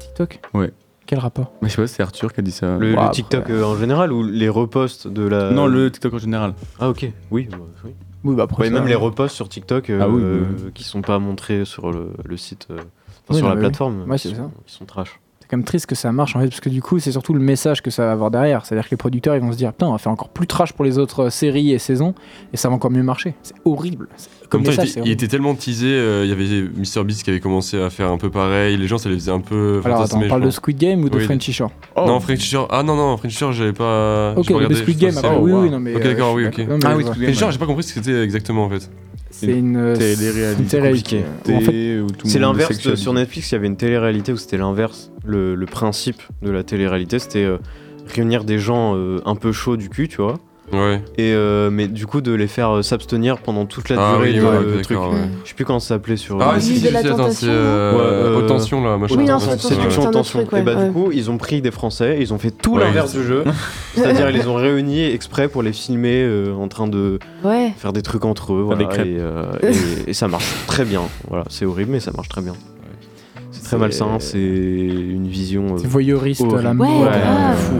TikTok
Ouais.
Quel rapport
Mais je sais pas, c'est Arthur qui a dit ça.
Le, le TikTok euh, en général ou les reposts de la.
Non, le TikTok en général.
Ah ok, oui. bah, oui.
Oui, bah, après,
Ouais,
ça-
même les reposts sur TikTok euh,
Ah oui,
euh,
oui,
qui sont pas montrés sur le, le site, euh, enfin,
Oui,
sur
non,
la
mais oui.
plateforme,
Ouais,
qui
c'est
sont-
ça.
qui sont trash.
C'est quand même triste que ça marche en fait, parce que du coup, c'est surtout le message que ça va avoir derrière. C'est-à-dire que les producteurs, ils vont se dire putain, on va faire encore plus trash pour les autres euh, séries et saisons, et ça va encore mieux marcher. C'est horrible. C'est- Comme
Comme
message, c'est
il,
horrible.
était tellement teasé, euh, il y avait Mr Beast qui avait commencé à faire un peu pareil, les gens ça les faisait un peu
Alors attends,
fantasmer,
on
je
parle de
pense.
Squid Game ou de
Oui.
Frenchy Shore
Non, French Shore. Ah non, non, French Shore, j'avais pas.
Ok,
j'ai pas
mais
regardé,
Squid
je sais pas
Game,
si
après,
c'est-
oui,
Oh,
oui, non, mais,
Ok,
euh,
d'accord,
je
oui,
suis
ok.
d'accord. Non, mais je vois.
French Shore, j'ai pas compris ce que c'était exactement en fait.
C'est une. euh, c'est compliqué. En fait,
C'est l'inverse. de- Sur Netflix, il y avait une télé-réalité où c'était l'inverse. Le, le principe de la télé-réalité, c'était euh, réunir des gens euh, un peu chauds du cul, tu vois.
Ouais.
Et euh, mais du coup de les faire euh, s'abstenir pendant toute la
Ah
durée
oui,
de
ouais,
euh,
d'accord,
truc.
ouais.
Je sais plus comment ça s'appelait sur. euh,
Ah, si, si, si, si, attends, c'est euh,
Ouais, euh,
haute tension là, machin.
haute
Ouais.
tension, séduction,
Ouais.
haute tension.
Ouais.
Et bah
Ouais.
du coup, ils ont pris des Français, et ils ont fait tout
Ouais.
l'inverse du jeu. C'est-à-dire ils les ont réunis exprès pour les filmer euh, en train de
Ouais.
faire des trucs entre eux.
Faire des
voilà,
crêpes.
et, euh, et- et ça marche très bien. Voilà, c'est horrible, mais ça marche très bien. C'est très
C'est-
malsain, c'est une vision. euh,
C'est voyeuriste à la
horrible.
mort. euh, Ouais, grave.
fou.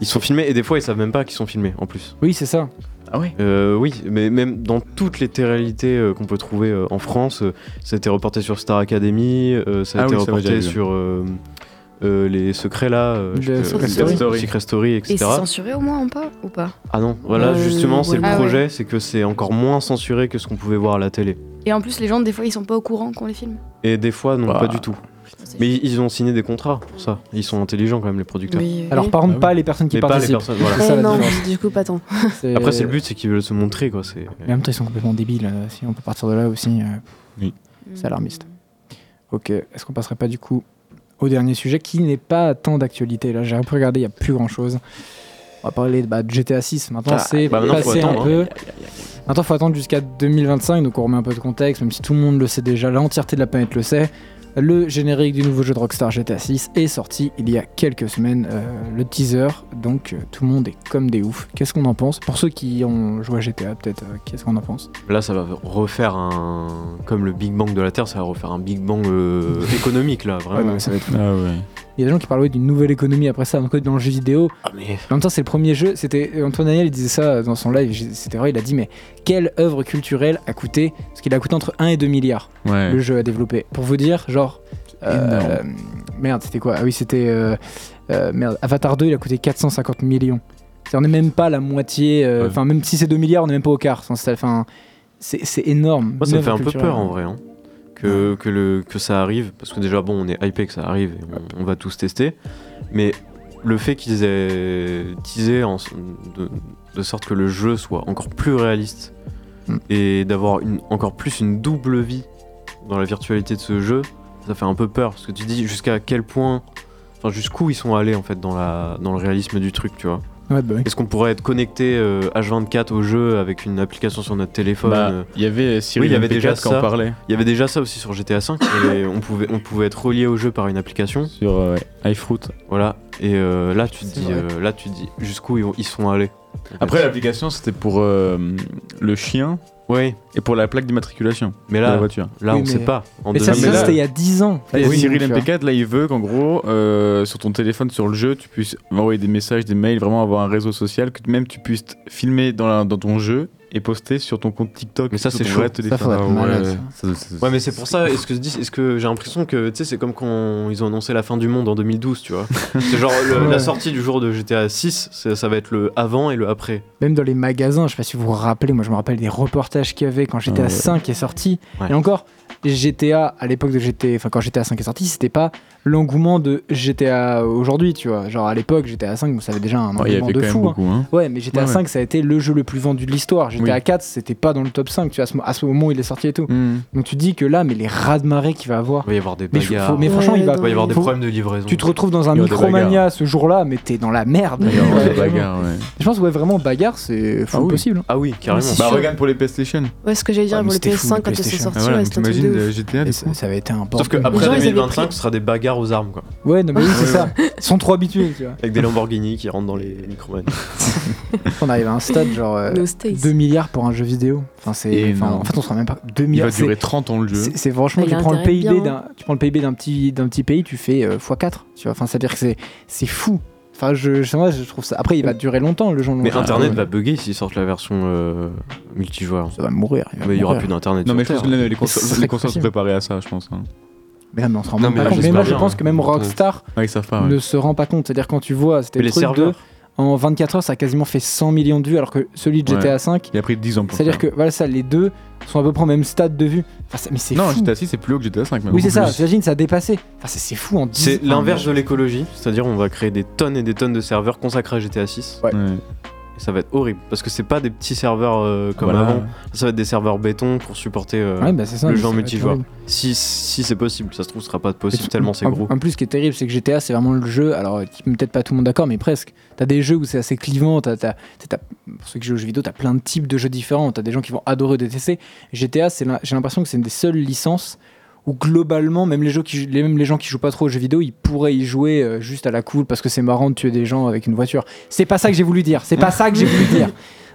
Ils sont filmés et des fois ils savent même pas qu'ils sont filmés en plus.
Oui, c'est ça.
Ah oui Oui, mais même dans toutes les réalités qu'on peut trouver euh, en France, euh, ça a été reporté sur Star Academy, euh, ça a
Ah
été
oui, ça, j'ai
reporté
vu.
sur euh, euh, les secrets là, euh, je
Le
sais
Secret
plus,
Story.
Secret Story,
Et c'est
etc.
censuré au moins ou pas, ou pas
Ah non, voilà,
Euh,
justement, c'est le
ouais. Ah
projet,
ouais.
c'est que c'est encore moins censuré que ce qu'on pouvait voir à la télé.
Et en plus, les gens, des fois, ils sont pas au courant qu'on les filme.
Et des fois, non,
Bah.
pas du tout.
Ah,
Mais ils ils ont signé des contrats pour ça. Ils sont intelligents quand même, les producteurs. Ah
Oui, oui.
Alors, par contre, pas les personnes qui
Mais pas les
participent.
personnes, voilà.
C'est ça, la
non,
différence.
du coup, pas tant.
C'est-
Après, c'est le but, c'est qu'ils veulent se montrer, quoi. C'est.
Mais en même temps, ils sont complètement débiles. euh, si on peut partir de là aussi, euh,
Oui.
c'est alarmiste. Ok, est-ce qu'on passerait pas du coup au dernier sujet qui n'est pas tant d'actualité Là, j'ai un peu regardé, il n'y a plus grand-chose. On va parler bah, de GTA 6. Maintenant,
Ah,
c'est
bah maintenant, faut
passé
attendre,
un
hein.
peu. Maintenant, faut attendre jusqu'à 2025, donc on remet un peu de contexte, même si tout le monde le sait déjà, l'entièreté de la planète le sait. Le générique du nouveau jeu de Rockstar GTA 6 est sorti il y a quelques semaines, euh, le teaser, donc euh, tout le monde est comme des oufs. Qu'est-ce qu'on en pense Pour ceux qui ont joué à GTA, peut-être, euh, qu'est-ce qu'on en pense
Là, ça va refaire un. Comme le Big Bang de la Terre, ça va refaire un Big Bang euh, économique, là, vraiment.
Ouais, non, mais ça va être fou.
Ah ouais.
Il y a des gens qui parlaient d'une nouvelle économie après ça, encore dans le jeu vidéo.
Ah, mais-
En même temps, c'est le premier jeu. C'était euh, Antoine Daniel, il disait ça dans son live. j'ai- C'était vrai, il a dit mais quelle œuvre culturelle a coûté Parce qu'il a coûté entre 1 et 2 milliards.
Ouais.
Le jeu à développer. Pour vous dire, genre. euh,
énorme.
merde, c'était quoi Ah oui, c'était euh, euh, merde. Avatar 2, il a coûté 450 millions. C'est-à-dire, on n'est même pas la moitié. euh,
Ouais.
Enfin, même si c'est 2 milliards, on n'est même pas au quart. Enfin, c'est- Enfin, c'est c'est énorme.
Moi, ça
Une
me fait
œuvre
un peu
culturelle.
peur en vrai. hein, Que, que, le, que ça arrive. Parce que déjà, bon, on est hypé que ça arrive et on, on va tous tester. Mais le fait qu'ils aient teasé en- de, de sorte que le jeu soit encore plus réaliste
Mm.
et d'avoir une- encore plus une double vie dans la virtualité de ce jeu, ça fait un peu peur. Parce que tu dis jusqu'à quel point. Enfin, jusqu'où ils sont allés en fait dans, la, dans le réalisme du truc, tu vois.
Ouais, bah oui.
Est-ce qu'on pourrait être connecté euh, H24 au jeu avec une application sur notre téléphone
Bah,
euh,
il y avait Cyril
oui, il y avait
MP4
déjà
qui en
ça.
parlait.
Il y avait déjà ça aussi sur GTA V. et on pouvait on pouvait être relié au jeu par une application.
Sur euh, ouais, iFruit.
Voilà. Et euh, là tu te
C'est
dis
vrai.
euh, là tu te dis jusqu'où ils, ils sont allés.
Après, l'application, c'était pour euh, le chien.
Oui.
Et pour la plaque d'immatriculation.
Mais
de
là
la voiture.
là on sait pas. En
Mais ça,
2000,
c'est-
là-
c'était il y a 10 ans.
Là, il y a
Oui,
Cyril
tu vois.
MP4, là, il veut qu'en gros, euh, sur ton téléphone, sur le jeu, tu puisses envoyer des messages, des mails, vraiment avoir un réseau social, que même tu puisses t- filmer dans, la- dans ton jeu et poster sur ton compte TikTok.
Mais ça
sur
c'est
ton
chaud.
vrai téléphone. Ah, ouais, ça- ça-
Ouais, mais c'est pour ça. Est-ce que je dis, est-ce que j'ai l'impression que tu sais, c'est comme quand ils ont annoncé la fin du monde en 2012, tu vois. c'est genre le-
Ouais.
la sortie du jour de GTA 6, ça, ça va être le avant et le après.
Même dans les magasins, je sais pas si vous vous rappelez, moi je me rappelle des reportages qu'il y avait quand GTA
Ah ouais.
5 est sorti.
Ouais.
Et encore, GTA, à l'époque de GTA, enfin quand GTA 5 est sorti, c'était pas l'engouement de GTA aujourd'hui, tu vois. Genre à l'époque, GTA 5, vous savez déjà un engouement
Ouais, il y avait
de
quand même
fou.
beaucoup, hein.
Ouais, mais GTA
Ouais, ouais.
5, ça a été le jeu le plus vendu de l'histoire. GTA
Oui. Mm.
4, c'était pas dans le top 5, tu vois, à ce, mo- à ce moment où il est sorti et tout. Donc tu dis que là, mais les ras de marée qu'il va avoir.
Il va y avoir des
Mais, je-
bagarres.
faut- mais franchement, il va,
y avoir des
faut-
problèmes de livraison.
Tu te retrouves dans un
Il y aura des
Micromania ce jour-là, mais t'es dans la merde.
Il y aura des
Ouais, vraiment.
bagarres, ouais.
Je pense ouais vraiment bagarre c'est fou
Ah oui.
possible. hein.
Ah oui, carrément.
Mais c'est
Bah,
sûr.
regarde pour les PlayStation.
Ouais, ce que j'allais dire
Ouais, Oh, mais
pour le
c'était fou,
PS5
le
quand ils sont
PlayStation.
sortis,
Ah voilà,
ouais,
mais
c'était un truc
t'imagines, t'imagines,
de ouf.
le GTA du coup
Ça avait été un
Sauf
bordel.
qu'après
Les gens, ils avaient
2025,
pris-
ce sera des bagarres aux armes, quoi.
Ah Ouais, non, mais oui, c'est ça. Ils sont trop habitués, tu vois.
Avec des Lamborghini qui rentrent dans les microwaves.
On arrive à un stade genre euh,
No
States.
2 milliards pour un jeu vidéo. Enfin, c'est,
Et
enfin,
non.
en fait, on se rend même pas. 2
Il
milliards.
va durer
c'est-
30 ans le jeu.
c'est- C'est franchement,
Mais
tu
il a
prends, le
intérêt
PIB
bien.
d'un, tu prends le PIB d'un petit, d'un petit pays, tu fais euh, x4. Tu vois, enfin, c'est-à-dire que c'est, c'est fou. Enfin, je, je, moi, je trouve ça. Après, il va durer longtemps le jeu.
Mais
longtemps.
Internet va bugger s'ils sortent la version euh, multijoueur.
Ça va mourir.
Il mais il y aura plus d'Internet.
Non, mais je
sur
pense que
Terre. hein.
Euh, les les consoles,
Ce
les
serait
consoles sont
possible.
préparées à ça, je pense. hein.
Mais non, mais on se rend
Non,
même
mais
pas compte. Mais
j'espère
moi, je
bien,
pense
hein.
que même Rockstar
Ouais, ils savent pas. ouais.
ne se rend pas compte. C'est-à-dire quand tu vois, c'était
Mais
le
les
truc de
serveurs.
en 24 heures, ça a quasiment fait 100 millions de vues, alors que celui de GTA
Ouais.
5
Il a pris 10 ans pour le
C'est-à-dire que
faire.
voilà, ça, les deux sont à peu près au même stade de vue. Enfin, ça- mais c'est
Non,
fou.
GTA 6 c'est plus haut que GTA 5 même.
Oui, c'est ça,
Beaucoup plus.
j'imagine, ça a dépassé. Enfin, c'est- c'est fou en 10
C'est
en-
l'inverse
Ah,
de l'écologie, c'est-à-dire on va créer des tonnes et des tonnes de serveurs consacrés à GTA 6.
Ouais.
Et ça va être horrible parce que c'est pas des petits serveurs euh, comme
Voilà.
avant, ça va être des serveurs béton pour supporter euh,
Ouais, bah, c'est ça,
le
mais ça
genre
va être
multijoueur.
horrible.
Si, si c'est possible, ça se trouve, ce sera pas possible tellement c'est
en,
gros.
En plus, ce qui est terrible, c'est que GTA, c'est vraiment le jeu. Alors, euh, peut-être pas tout le monde d'accord, mais presque. T'as des jeux où c'est assez clivant. T'as, t'as- t'as- t'as- pour ceux qui jouent aux jeux vidéo, t'as plein de types de jeux différents. T'as des gens qui vont adorer ou détester. GTA, c'est l'un- j'ai l'impression que c'est une des seules licences où globalement, même les, jeux qui, les, même les gens qui jouent pas trop aux jeux vidéo, ils pourraient y jouer euh, juste à la cool parce que c'est marrant de tuer des gens avec une voiture. C'est pas ça que j'ai voulu dire. C'est pas ça que j'ai voulu dire.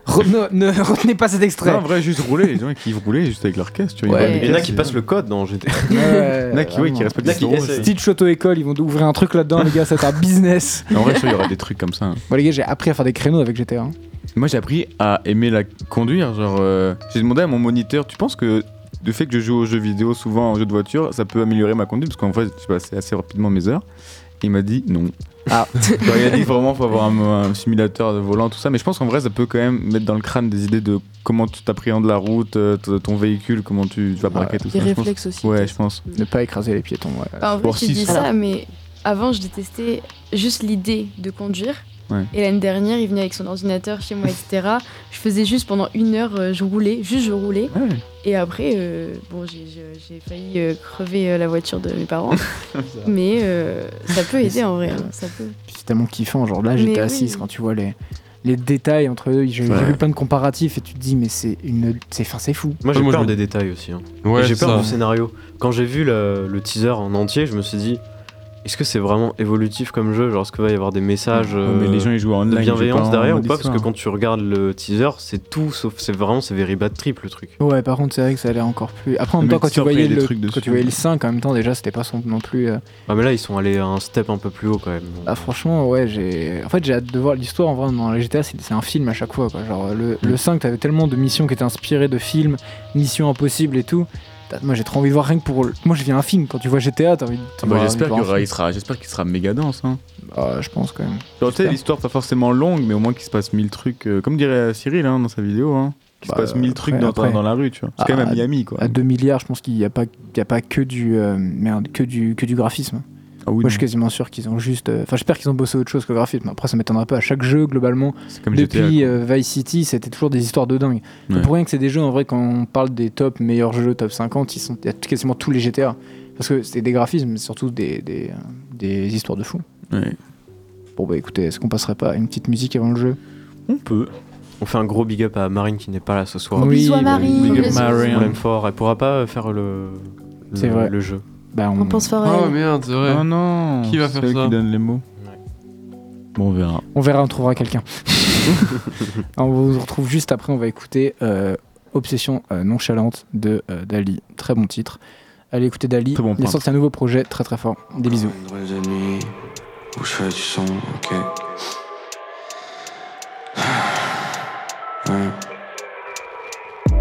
Re- ne, ne retenez pas cet extrait.
Non, en vrai, juste rouler, les gens qui roulaient juste avec leur caisse, tu vois.
Ouais.
ils
Il y en a
roulent
qui
des
passent
caisses,
le code dans GTA.
Ouais,
Il y en a qui, ouais, qui
vraiment.
respectent
Il y en a
les
qui
euros,
essayent.
c'est-
Stitch auto-école, ils vont ouvrir un truc là-dedans, les gars, ça va être un business.
En vrai, sûr, il y aura des trucs comme ça. hein.
Bon, les gars, j'ai appris à faire des créneaux avec GTA. hein.
Moi, j'ai appris à aimer la conduire. Genre, euh, j'ai demandé à mon moniteur, tu penses que le fait que je joue aux jeux vidéo, souvent aux jeux de voiture, ça peut améliorer ma conduite Parce qu'en vrai, je passais assez rapidement mes heures. Il m'a dit non.
Ah.
Genre, il a dit vraiment, faut avoir un, un simulateur de volant, tout ça. Mais je pense qu'en vrai, ça peut quand même mettre dans le crâne des idées de comment tu t'appréhendes la route, euh, t- ton véhicule, comment tu, tu vas braquer, tout
Les
ça. je pense.
réflexes aussi,
Ouais,
peut-être.
je pense.
Ne pas écraser les piétons. ouais.
Enfin, en
Pour
vrai, tu
six,
dis
ça.
ça, mais avant, je détestais juste l'idée de conduire.
Ouais.
Et l'année dernière, il venait avec son ordinateur chez moi, etc. Je faisais juste pendant une heure, euh, je roulais, juste je roulais. Et après, euh, bon, j'ai- j'ai j'ai failli euh, crever euh, la voiture de mes parents. mais euh, ça peut aider en vrai. hein, ça peut.
Puis C'est tellement kiffant. Genre là,
Mais
j'étais
oui.
assis quand tu vois les, les détails entre eux. J'ai j'ai
Ouais.
vu plein de comparatifs et tu te dis, mais c'est une. C'est enfin, c'est fou.
Moi j'ai
Moi, je
peur
me-
des détails aussi. hein.
Ouais,
Et j'ai
ça.
peur du scénario. Quand j'ai vu le, le teaser en entier, je me suis dit est-ce que c'est vraiment évolutif comme jeu Genre est-ce qu'il va y avoir des messages euh,
mais les gens, ils jouent en
de
online, ils jouent pas
bienveillance
en
derrière ou
mode
pas Parce que
histoire.
quand tu regardes le teaser, c'est tout sauf c'est vraiment c'est very bad trip le truc.
Ouais, par contre, c'est vrai que ça a l'air encore plus. Après, en
Le
même temps,
mec
quand tu,
surpris,
voyais
des
le,
trucs
quand
dessus.
tu voyais le 5, en même temps, déjà, c'était pas son non plus. euh,
Ah mais là ils sont allés à un step un peu plus haut quand même.
Bah, franchement, ouais, j'ai. En fait, j'ai hâte de voir l'histoire. En vrai, dans les GTA, c'est c'est un film à chaque fois. Quoi. Genre,
Mm.
le, le 5, t'avais tellement de missions qui étaient inspirées de films, Mission Impossible et tout. T'as- Moi, j'ai trop envie de voir rien que pour. le- Moi, je viens un film. Quand tu vois GTA, t'as envie de.
Ah bah,
t'as envie de
j'espère
voir
qu'il
un
aura-
film.
il sera, j'espère qu'il sera méga dense. Hein.
Bah, je pense quand même.
Genre, tu sais,
J'espère.
l'histoire pas forcément longue, mais au moins qu'il se passe mille trucs, euh, comme dirait Cyril hein, dans sa vidéo, hein, qu'il
Bah,
se passe mille
après-
trucs dans,
après. Ah,
dans la rue, tu vois. C'est quand même à Miami, quoi.
À 2 milliards, je pense qu'il n'y a, pas- il y a pas que du, euh, merde, que du, que du graphisme.
Ah oui,
Moi, je suis quasiment sûr qu'ils ont juste. euh, Enfin, j'espère qu'ils ont bossé autre chose que le graphisme. Après, ça m'étonnerait pas. À chaque jeu, globalement,
comme GTA,
depuis euh, Vice City, c'était toujours des histoires de dingue.
Ouais.
Pour rien que c'est des jeux, en vrai, quand on parle des top meilleurs jeux, top 50, ils sont, il y a quasiment tous les GTA. Parce que c'est des graphismes, mais surtout des, des, euh, des histoires de fous.
Ouais.
Bon, bah écoutez, est-ce qu'on passerait pas à une petite musique avant le jeu
On peut.
On fait un gros big up à Marine qui n'est pas là ce soir.
Oui, Bisous à Marine,
big up
bisous.
Marine. On l'aime fort. Elle pourra pas faire le,
C'est
le-
vrai.
le jeu.
Bah, on,
On pense fort à
Oh
elle.
merde, c'est vrai.
Oh non
Qui va
c'est
faire
elle
ça
qui donne les mots.
Ouais.
Bon, on verra.
on verra, on trouvera quelqu'un. on vous retrouve juste après, on va écouter euh, Obsession euh, nonchalante de euh, Dali. Très bon titre. Allez écouter Dali.
Très bon
Il a
peintre.
sorti un nouveau projet très très fort. Des bisous.
Une drôle de nuit où je fais du son, ok. Ouais.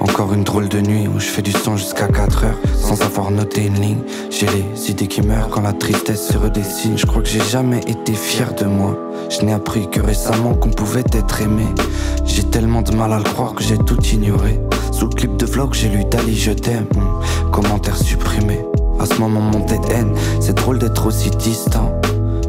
Encore une drôle de nuit où je fais du son jusqu'à 4 heures sans avoir noté une ligne. J'ai les idées qui meurent quand la tristesse se redessine. Je crois que j'ai jamais été fier de moi. Je n'ai appris que récemment qu'on pouvait être aimé. J'ai tellement de mal à le croire que j'ai tout ignoré. Sous le clip de vlog, j'ai lu Dali, je t'aime. Hmm, Commentaire supprimé. À ce moment, mon tête haine, c'est drôle d'être aussi distant.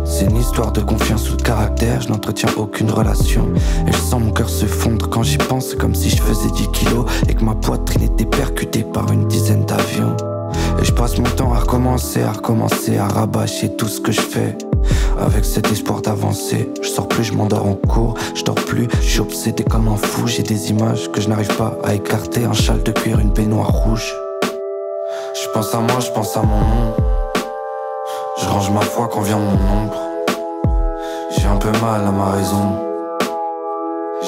C'est une histoire de confiance ou de caractère, je n'entretiens aucune relation. Et je sens mon cœur se fondre quand j'y pense, c'est comme si je faisais 10 kilos et que ma poitrine était percutée par une dizaine d'avions. Et je passe mon temps à recommencer, à recommencer, à rabâcher tout ce que je fais. Avec cet espoir d'avancer, je sors plus, je m'endors en cours, je dors plus, je suis obsédé comme un fou, j'ai des images que je n'arrive pas à écarter, un châle de cuir, une baignoire rouge. pense à moi, je pense à mon ombre. Je range ma foi quand vient mon ombre. J'ai un peu mal à ma raison.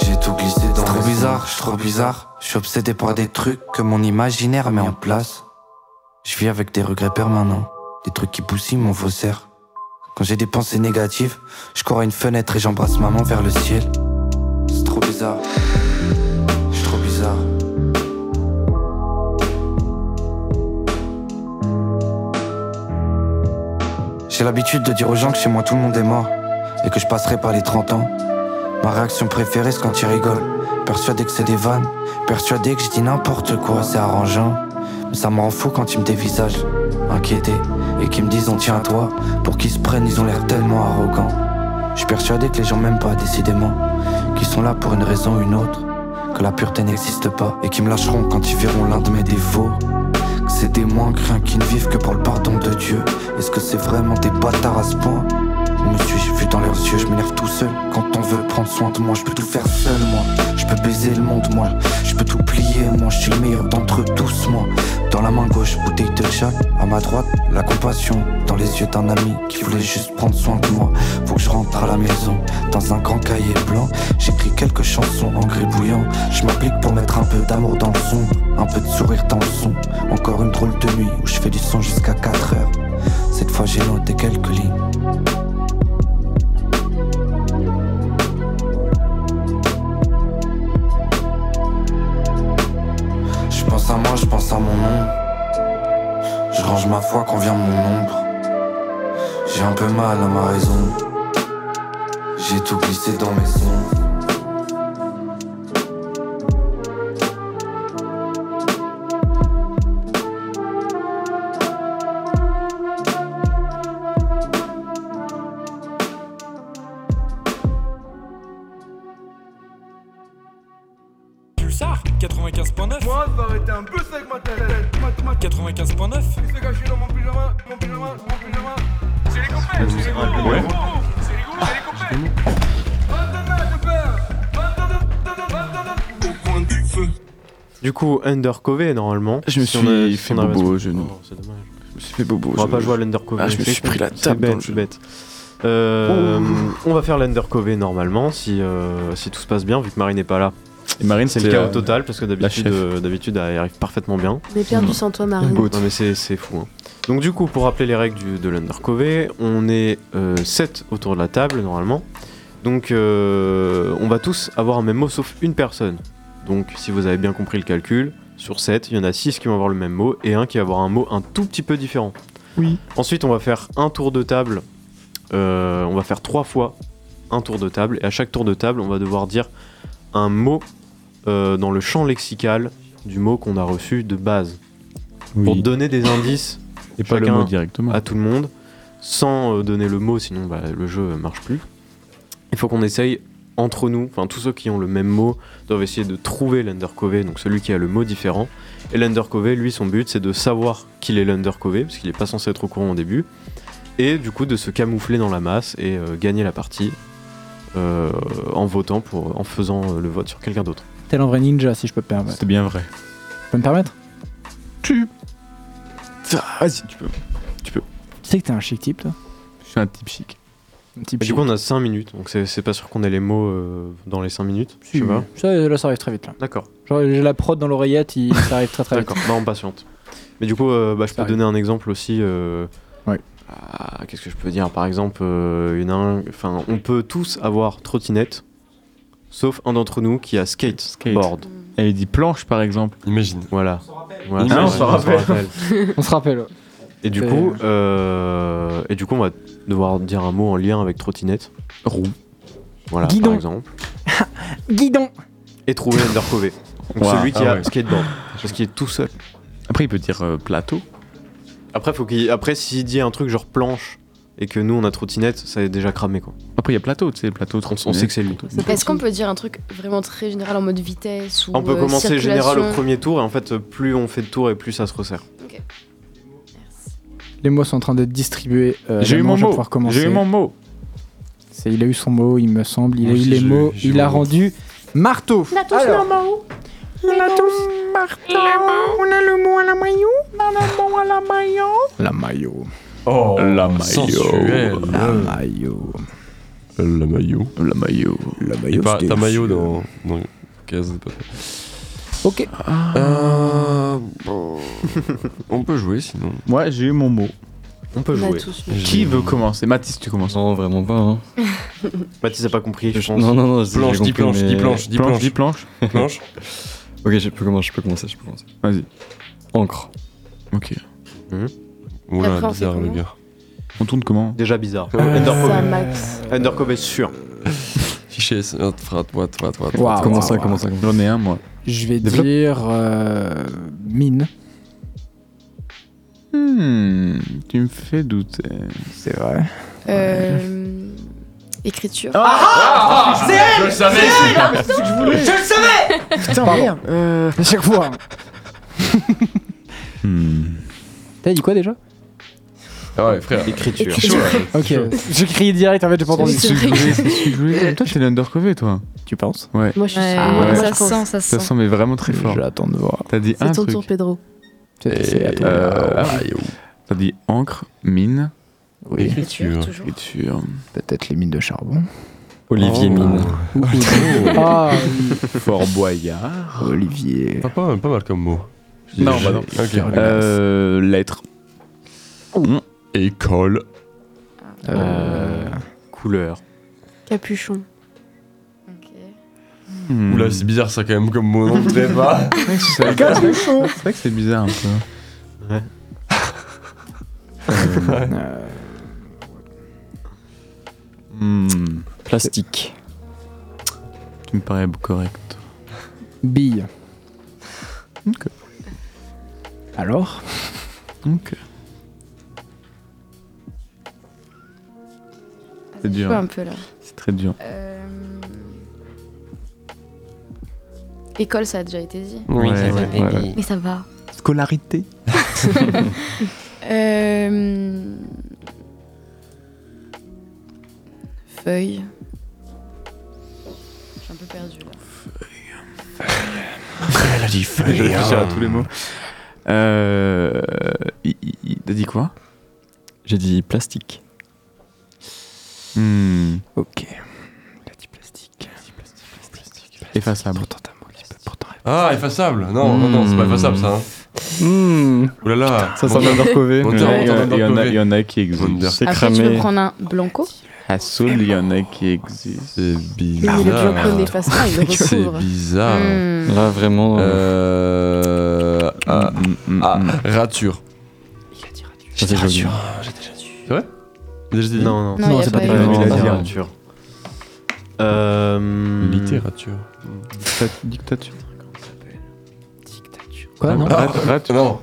J'ai tout glissé dans trop bizarre, je suis trop bizarre. Je suis obsédé par des trucs que mon imaginaire met en place. Je vis avec des regrets permanents, des trucs qui poussent mon faussaire. Quand j'ai des pensées négatives, je cours à une fenêtre et j'embrasse maman vers le ciel. C'est trop bizarre. Je suis trop bizarre. J'ai l'habitude de dire aux gens que chez moi tout le monde est mort et que je passerai par les 30 ans. Ma réaction préférée c'est quand ils rigolent, persuadé que c'est des vannes, persuadé que je dis n'importe quoi, c'est arrangeant. Mais ça me rend fou quand ils me dévisagent, inquiété, et qu'ils me disent on tient à toi. Pour qu'ils se prennent, ils ont l'air tellement arrogants. Je suis persuadé que les gens m'aiment pas, décidément, qu'ils sont là pour une raison ou une autre, que la pureté n'existe pas, et qu'ils me lâcheront quand ils verront l'un de mes défauts. Que c'est des moins craints qui ne vivent que pour le pardon de Dieu. Est-ce que c'est vraiment des bâtards à ce point Où me suis-je vu dans leurs yeux Je m'énerve tout seul. Quand on veut prendre soin de moi, je peux tout faire seul, moi. Je peux baiser le monde, moi. Je peux tout plier, moi. Je suis le meilleur d'entre eux tous, moi. Dans la main gauche, bouteille de chat. À ma droite, la compassion. Dans les yeux d'un ami qui voulait juste prendre soin de moi. Faut que je rentre à la maison. Dans un grand cahier blanc, j'écris quelques chansons en gribouillant. Je m'applique pour mettre un peu d'amour dans le son. Un peu de sourire dans le son. Encore une drôle de nuit où je fais du son jusqu'à 4 heures. Cette fois, j'ai noté quelques lignes. Je pense à moi, je pense à mon ombre. Je range ma foi quand vient mon ombre. J'ai un peu mal à ma raison. J'ai tout glissé dans mes sons.
Pulsar 95.9 Moi ça aurait été un bus avec ma tête 95.9 C'est quand je suis dans mon pyjama, mon pyjama, mon pyjama C'est les copains, c'est les copains
Ouais.
C'est les copains, c'est les copains
Du coup, Undercover, normalement.
Je me
si
suis
on a- si
fait
on arrive à
bobo
ce-
au genou.
Oh, c'est dommage.
Je me suis fait bobo.
On va
je-
pas jouer à l'Undercover.
Ah, je me suis pris la
C'est
table. dans
bête,
le
c'est
genou.
bête. Euh,
Ouh.
on va faire l'Undercover normalement si, euh, si tout se passe bien vu que Marie n'est pas là.
Et Marine,
c'est le
c'était
chaos
la-
total parce que d'habitude
la chef.
euh, d'habitude elle arrive parfaitement bien.
On est perdu sans toi, Marine.
Non mais c'est c'est fou. hein. Donc du coup pour rappeler les règles du- de l'Undercover, on est 7 autour de la table normalement. Donc euh, on va tous avoir un même mot sauf une personne. Donc si vous avez bien compris le calcul, sur 7, il y en a 6 qui vont avoir le même mot et un qui va avoir un mot un tout petit peu différent.
Oui.
Ensuite, on va faire un tour de table. Euh, on va faire trois fois un tour de table. Et à chaque tour de table, on va devoir dire un mot euh, dans le champ lexical du mot qu'on a reçu de base. Pour donner des indices
Et pas le
chacun
mot directement.
à tout le monde, sans euh, donner le mot, sinon bah, le jeu euh, marche plus. Il faut qu'on essaye entre nous, enfin tous ceux qui ont le même mot doivent essayer de trouver l'undercover, donc celui qui a le mot différent. Et l'undercover, lui, son but, c'est de savoir qu'il est l'undercover, parce qu'il n'est pas censé être au courant au début, et du coup de se camoufler dans la masse et euh, gagner la partie euh, en votant pour, en faisant euh, le vote sur quelqu'un d'autre.
Tel un vrai ninja, si je peux me permettre.
C'était bien vrai.
Tu peux me permettre
Tu. Vas-y, tu peux. Tu peux.
Tu sais que t'es un chic type, toi
Je suis un type chic.
Et Bah, du coup, on a 5 minutes, donc c'est c'est pas sûr qu'on ait les mots euh, dans les 5 minutes. je sais pas.
Ça, euh, là, ça arrive très vite. là.
D'accord.
Genre, j'ai la prod dans l'oreillette, il- ça arrive très très vite.
D'accord, bah on patiente. Mais du coup, euh, bah, je peux
arrive.
donner un exemple aussi. euh,
Ouais.
ah, Qu'est-ce que je peux dire Par exemple, euh, il y en a un- enfin, on peut tous avoir trottinette, sauf un d'entre nous qui a skate, board.
Elle dit planche par exemple.
Imagine.
Voilà. Voilà,
Imagine.
ça,
Ah, On s'en rappelle.
on se rappelle. ouais.
Et du
C'est-
coup, euh, et du coup, on va devoir dire un mot en lien avec trottinette.
Roue.
Voilà,
Guidon.
par exemple.
Guidon
Et trouver Undercover. Donc
Wow.
celui qui
Ah
a
ouais.
skateboard, parce qu'il est tout seul.
Après, il peut dire euh, plateau.
Après, faut qu'il. Après, s'il dit un truc genre planche et que nous on a trottinette, ça est déjà cramé quoi.
Après, il y a plateau, tu sais, plateau.
On, on sait que c'est lui.
Est-ce qu'on peut dire un truc vraiment très général en mode vitesse ou
On peut
euh,
commencer général au
circulation
premier tour et en fait, plus on fait de tours et plus ça se resserre.
Les mots sont en train d'être distribués. euh,
J'ai eu
maintenant,
mon
je vais
mot.
pouvoir commencer.
J'ai eu mon mot.
C'est- Il a eu son mot, il me semble. Il a
Moi
eu
aussi,
les
j'ai-
mots.
j'ai eu
Il a
mon mot.
rendu marteau.
On a tous
Alors,
le mot. On a tous Martin. On a le mot à la maillot. Maman à la maillot.
La maillot.
Oh,
la
sensuel.
La maillot.
La maillot.
La maillot.
La
Il part-
c'était
T'as maillot dans, dans Case des Potes.
Ok.
Ah.
Euh, bon, on peut jouer sinon.
Moi, j'ai eu mon mot.
On peut
On
jouer.
a tous eu. Qui veut commencer Mathis, tu commences.
Non, vraiment pas. Hein.
Mathis a pas compris, je pense.
Non, non, non, j'ai
planche,
compris,
dis planche,
mais-
dis planche, dis planche, Planche.
ok, je peux commencer, je peux commencer, je peux commencer.
Vas-y.
Encre.
Ok.
Oula,
Après, on fait
bizarre le
comment
gars.
On tourne comment
Déjà bizarre.
Ah,
Undercover.
ça, Max.
Undercover, sûr.
Fichier, c'est oh, notre frate, what, what, what.
Waouh, Comment ça, waouh, comment
ça
J'en ai un, moi.
Je vais
Développe.
dire euh, mine.
Hmm, tu me fais douter.
C'est vrai.
Euh, Écriture.
Ah,
Ah,
c'est elle
je le savais,
C'est
c'est-
elle, putain, Je voulais. Je le savais
Putain, merde.
Euh.
À chaque fois.
Hmm.
T'as dit quoi déjà
Ah ouais, frère.
Écriture.
Ok. J'ai crié direct, en fait, j'ai pas entendu.
C'est suggéré, c'est suggéré. Toi, t'es l'undercover, toi.
Tu penses Ah,
Ouais.
Moi, je suis
Ouais,
sûre.
ouais.
Moi, ça se sent, ça se
Ça
sent.
sent, mais vraiment très fort.
J'attends de voir.
T'as dit un
C'est ton
truc.
tour, Pedro.
C'est- c'est à
Et,
toi.
euh, ah oui.
Maillot.
T'as dit encre, mine.
Oui.
Écriture,
toujours.
Écriture. Oh.
Peut-être les mines de charbon.
Olivier Mine.
Ah,
Fort Boyard.
Olivier.
Pas, pas, pas mal comme mot.
Non, bah non.
Ok.
Euh, lettre.
École.
Euh, Couleur.
Capuchon.
Oula, c'est bizarre ça quand même comme mot, on voudrait pas.
Hmm. C'est vrai que c'est- c'est vrai que c'est bizarre un peu. Euh,
Ouais.
Euh,
Hmm,
Plastique.
Tu me parais correct.
Bille.
Ok.
Alors
Ok. C'est dur.
Chaud un peu, là.
C'est très dur.
Euh, École, ça a déjà été dit.
Oui, ça a déjà été dit.
Mais ça va.
Scolarité.
Euh, Feuille. Je suis un peu perdue là.
Elle a dit feuille. Je réfléchis à tous les mots. Euh. il- il- il- T'as dit quoi
J'ai dit plastique.
Hmm.
Ok.
Effaçable.
Ah, effaçable Non, non, non, c'est
Hmm.
pas effaçable ça. hein. Ouh là là.
Ça sent
Monteur-
undercover.
monteur-
Il y en a- il y en a-
undercover.
il y en a qui existent. C'est
Après, Ah, tu peux prendre un blanco.
À Soul, il y en a qui existent.
Ah,
C'est
Mais le blanco n'efface pas, hein, il le recouvre.
bizarre.
Hmm.
Là, vraiment.
Euh. Ah,
Mm,
ah, rature.
J'ai rature.
C'est vrai Déjà dit
Non,
Non,
non.
Non, il y a c'est pas pas des- eu. il
Non,
a
non,
dit
non.
littérature.
Euh,
Littérature.
Dictature.
Quoi Non
Ah,
Ah,
rat- rat-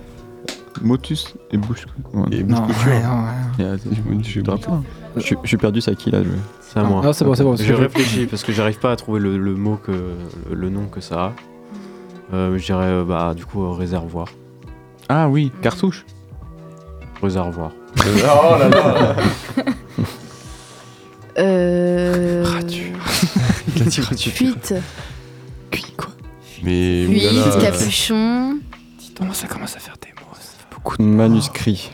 Motus et bouche.
Et
Non,
bouche-couture.
ouais, non, ouais.
Il y a- Je te rappelle.
Je suis- je suis perdu, c'est à qui là je-
C'est à moi.
Non, c'est bon, c'est bon, c'est
Je
bon.
réfléchis parce que j'arrive pas à trouver le, le mot que le, le nom que ça a. Euh, je dirais euh, bah du coup euh, réservoir.
Ah oui, cartouche.
Réservoir.
Oh là là
Euh.
Il a dit rature.
Fuite.
Mais.
Huile,
euh,
oulala.
capuchon.
ça commence à faire des mots.
Beaucoup de manuscrits.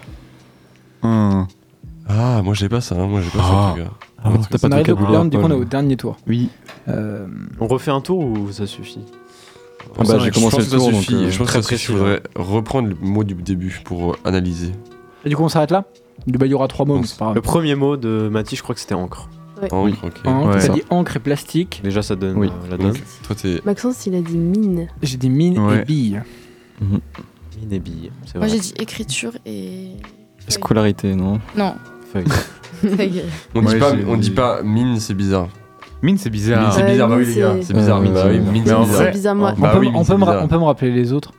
Ah, moi j'ai pas ça, hein, moi j'ai pas
Ah.
ça, les gars.
Ah, t'as pas
On
de
arrive donc, là,
vocabulaire.
du coup, on est au
Paul.
dernier tour.
Oui.
Euh,
On refait un tour ou ça suffit
Ah bah, j'ai
Je pense
commencé
que
le
ça
tour, donc.
suffit.
euh,
je pense
très
que ça
précis,
suffit. Il
là.
faudrait reprendre le mot du début pour euh, analyser.
Et du coup, on s'arrête là Du bah, il y aura trois mots, mais c'est pas
Le
grave.
premier mot de Mathis, je crois que c'était encre.
Encre, ok.
Encre,
Ouais.
T'as dit encre et plastique.
Déjà ça donne
Oui.
euh, la donne.
Toi t'es.
Maxence, il a dit mine.
J'ai dit mine
Ouais.
et billes.
Mine et billes, c'est
Moi
vrai.
j'ai dit écriture et.
Scolarité, non
Non.
Feuille.
Feuille.
On
Ouais,
dit pas,
j'ai-
on dit pas mine, c'est bizarre.
Mine, c'est
Mine,
bizarre.
c'est
Ouais,
bizarre, bah
mine,
oui les gars,
c'est-
c'est bizarre.
Ouais,
Mine, bah oui,
ouais,
mine,
ouais.
c'est
Mais en
bizarre.
vrai-
Bizarre, moi.
Bah
on, peut,
oui,
me-
mais
on,
c'est
peut me ra-
bizarre.
on peut me rappeler les autres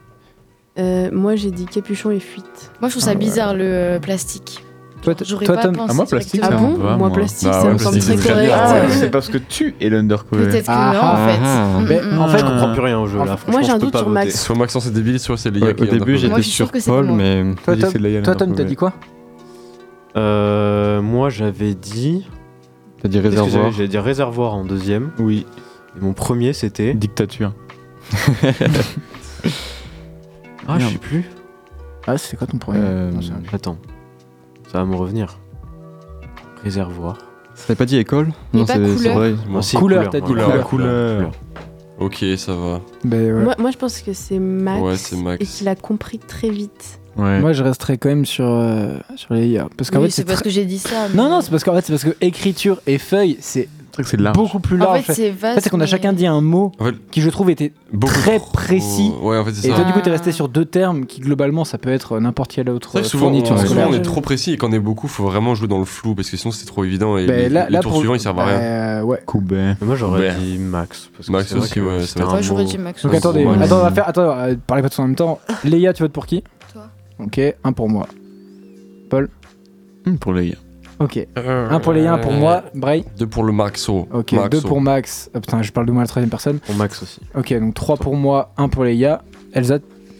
Euh, moi, j'ai dit capuchon et fuite.
Moi je trouve ça bizarre le euh, plastique.
Toi, t-
J'aurais
toi,
pas
Tom-
pensé.
Ah, moi, plastique,
Ah
directement.
ça me
bon
va,
Moi, plastique,
Bah
ça
ouais,
me semble
plastique,
très
c'est très
correct.
bien.
Ah,
Ouais.
C'est parce que tu es l'undercover.
Peut-être que
Ah,
non, en fait.
Mais
Mm, mm.
en
En fait,
fait,
je comprends plus rien au jeu là. franchement,
j'ai un
je peux
doute
pas
sur
voter.
Max.
Soit Maxence est débile, soit c'est les
Ouais,
gars
Au
qui regardent un
début,
peu.
Moi,
j'étais
je suis sûre
sur
que c'est
Paul,
moi.
mais.
toi,
Vas-y,
Tom-
c'est de la Yann
toi, Tom, t'as
Undercover.
dit quoi
Euh, moi j'avais dit.
T'as dit
qu'est-ce que j'avais-
réservoir
J'avais dit réservoir en deuxième.
Oui.
Et mon premier c'était.
Dictature.
Ah, je
Merde.
sais plus.
Ah, c'est quoi ton premier
Euh, Attends. Ça va me revenir. Réservoir.
T'avais pas dit école
Mais pas couleur.
Moi, c'est
Couleur, t'as dit
voilà.
couleur.
Euh, Ok, ça va.
Ben, euh,
Moi, moi, je pense que c'est Max,
Ouais, c'est Max.
et qu'il a compris très vite.
Moi, je resterai quand même sur, euh, sur les IA. Parce qu'en
Oui,
fait,
c'est parce
très-
que j'ai dit ça, mais-
Non, non, c'est parce qu'en fait, c'est parce que écriture et feuille, c'est beaucoup plus
En
large.
fait, c'est vaste,
c'est qu'on a
mais-
chacun dit un mot qui, je trouve, était très précis.
Ouais, en fait, c'est
et
ça.
toi, du coup, t'es resté sur deux termes qui, globalement, ça peut être n'importe quelle autre
C'est vrai que
euh,
souvent, on,
fourniture
souvent,
scolaire.
on est trop précis et quand on est beaucoup, faut vraiment jouer dans le flou parce que sinon c'est trop évident et
Ben,
les,
là-
les
là,
tours
pour-
suivants ils servent à rien.
Euh, ouais.
Moi j'aurais
Coubert.
dit Max. Parce que
Max
c'est vrai
aussi,
que
ouais,
c'était
ça va.
un
Ouais, j'aurais
mot-
dit Max.
Donc,
un
attendez,
gros mot.
attends, on va faire. Attends, euh, parlez pas tous en même temps. Léa, tu votes pour qui
Toi.
Ok, un pour moi. Paul Hmm,
Pour les
Ok. Un pour Léa, un pour moi. Bray
Euh, Deux pour le Maxo.
Ok, deux pour Max. Ah, putain, je parle de moi à la troisième personne.
Pour Max aussi.
Ok, donc 3 pour moi, 1 pour les gars. Elsa,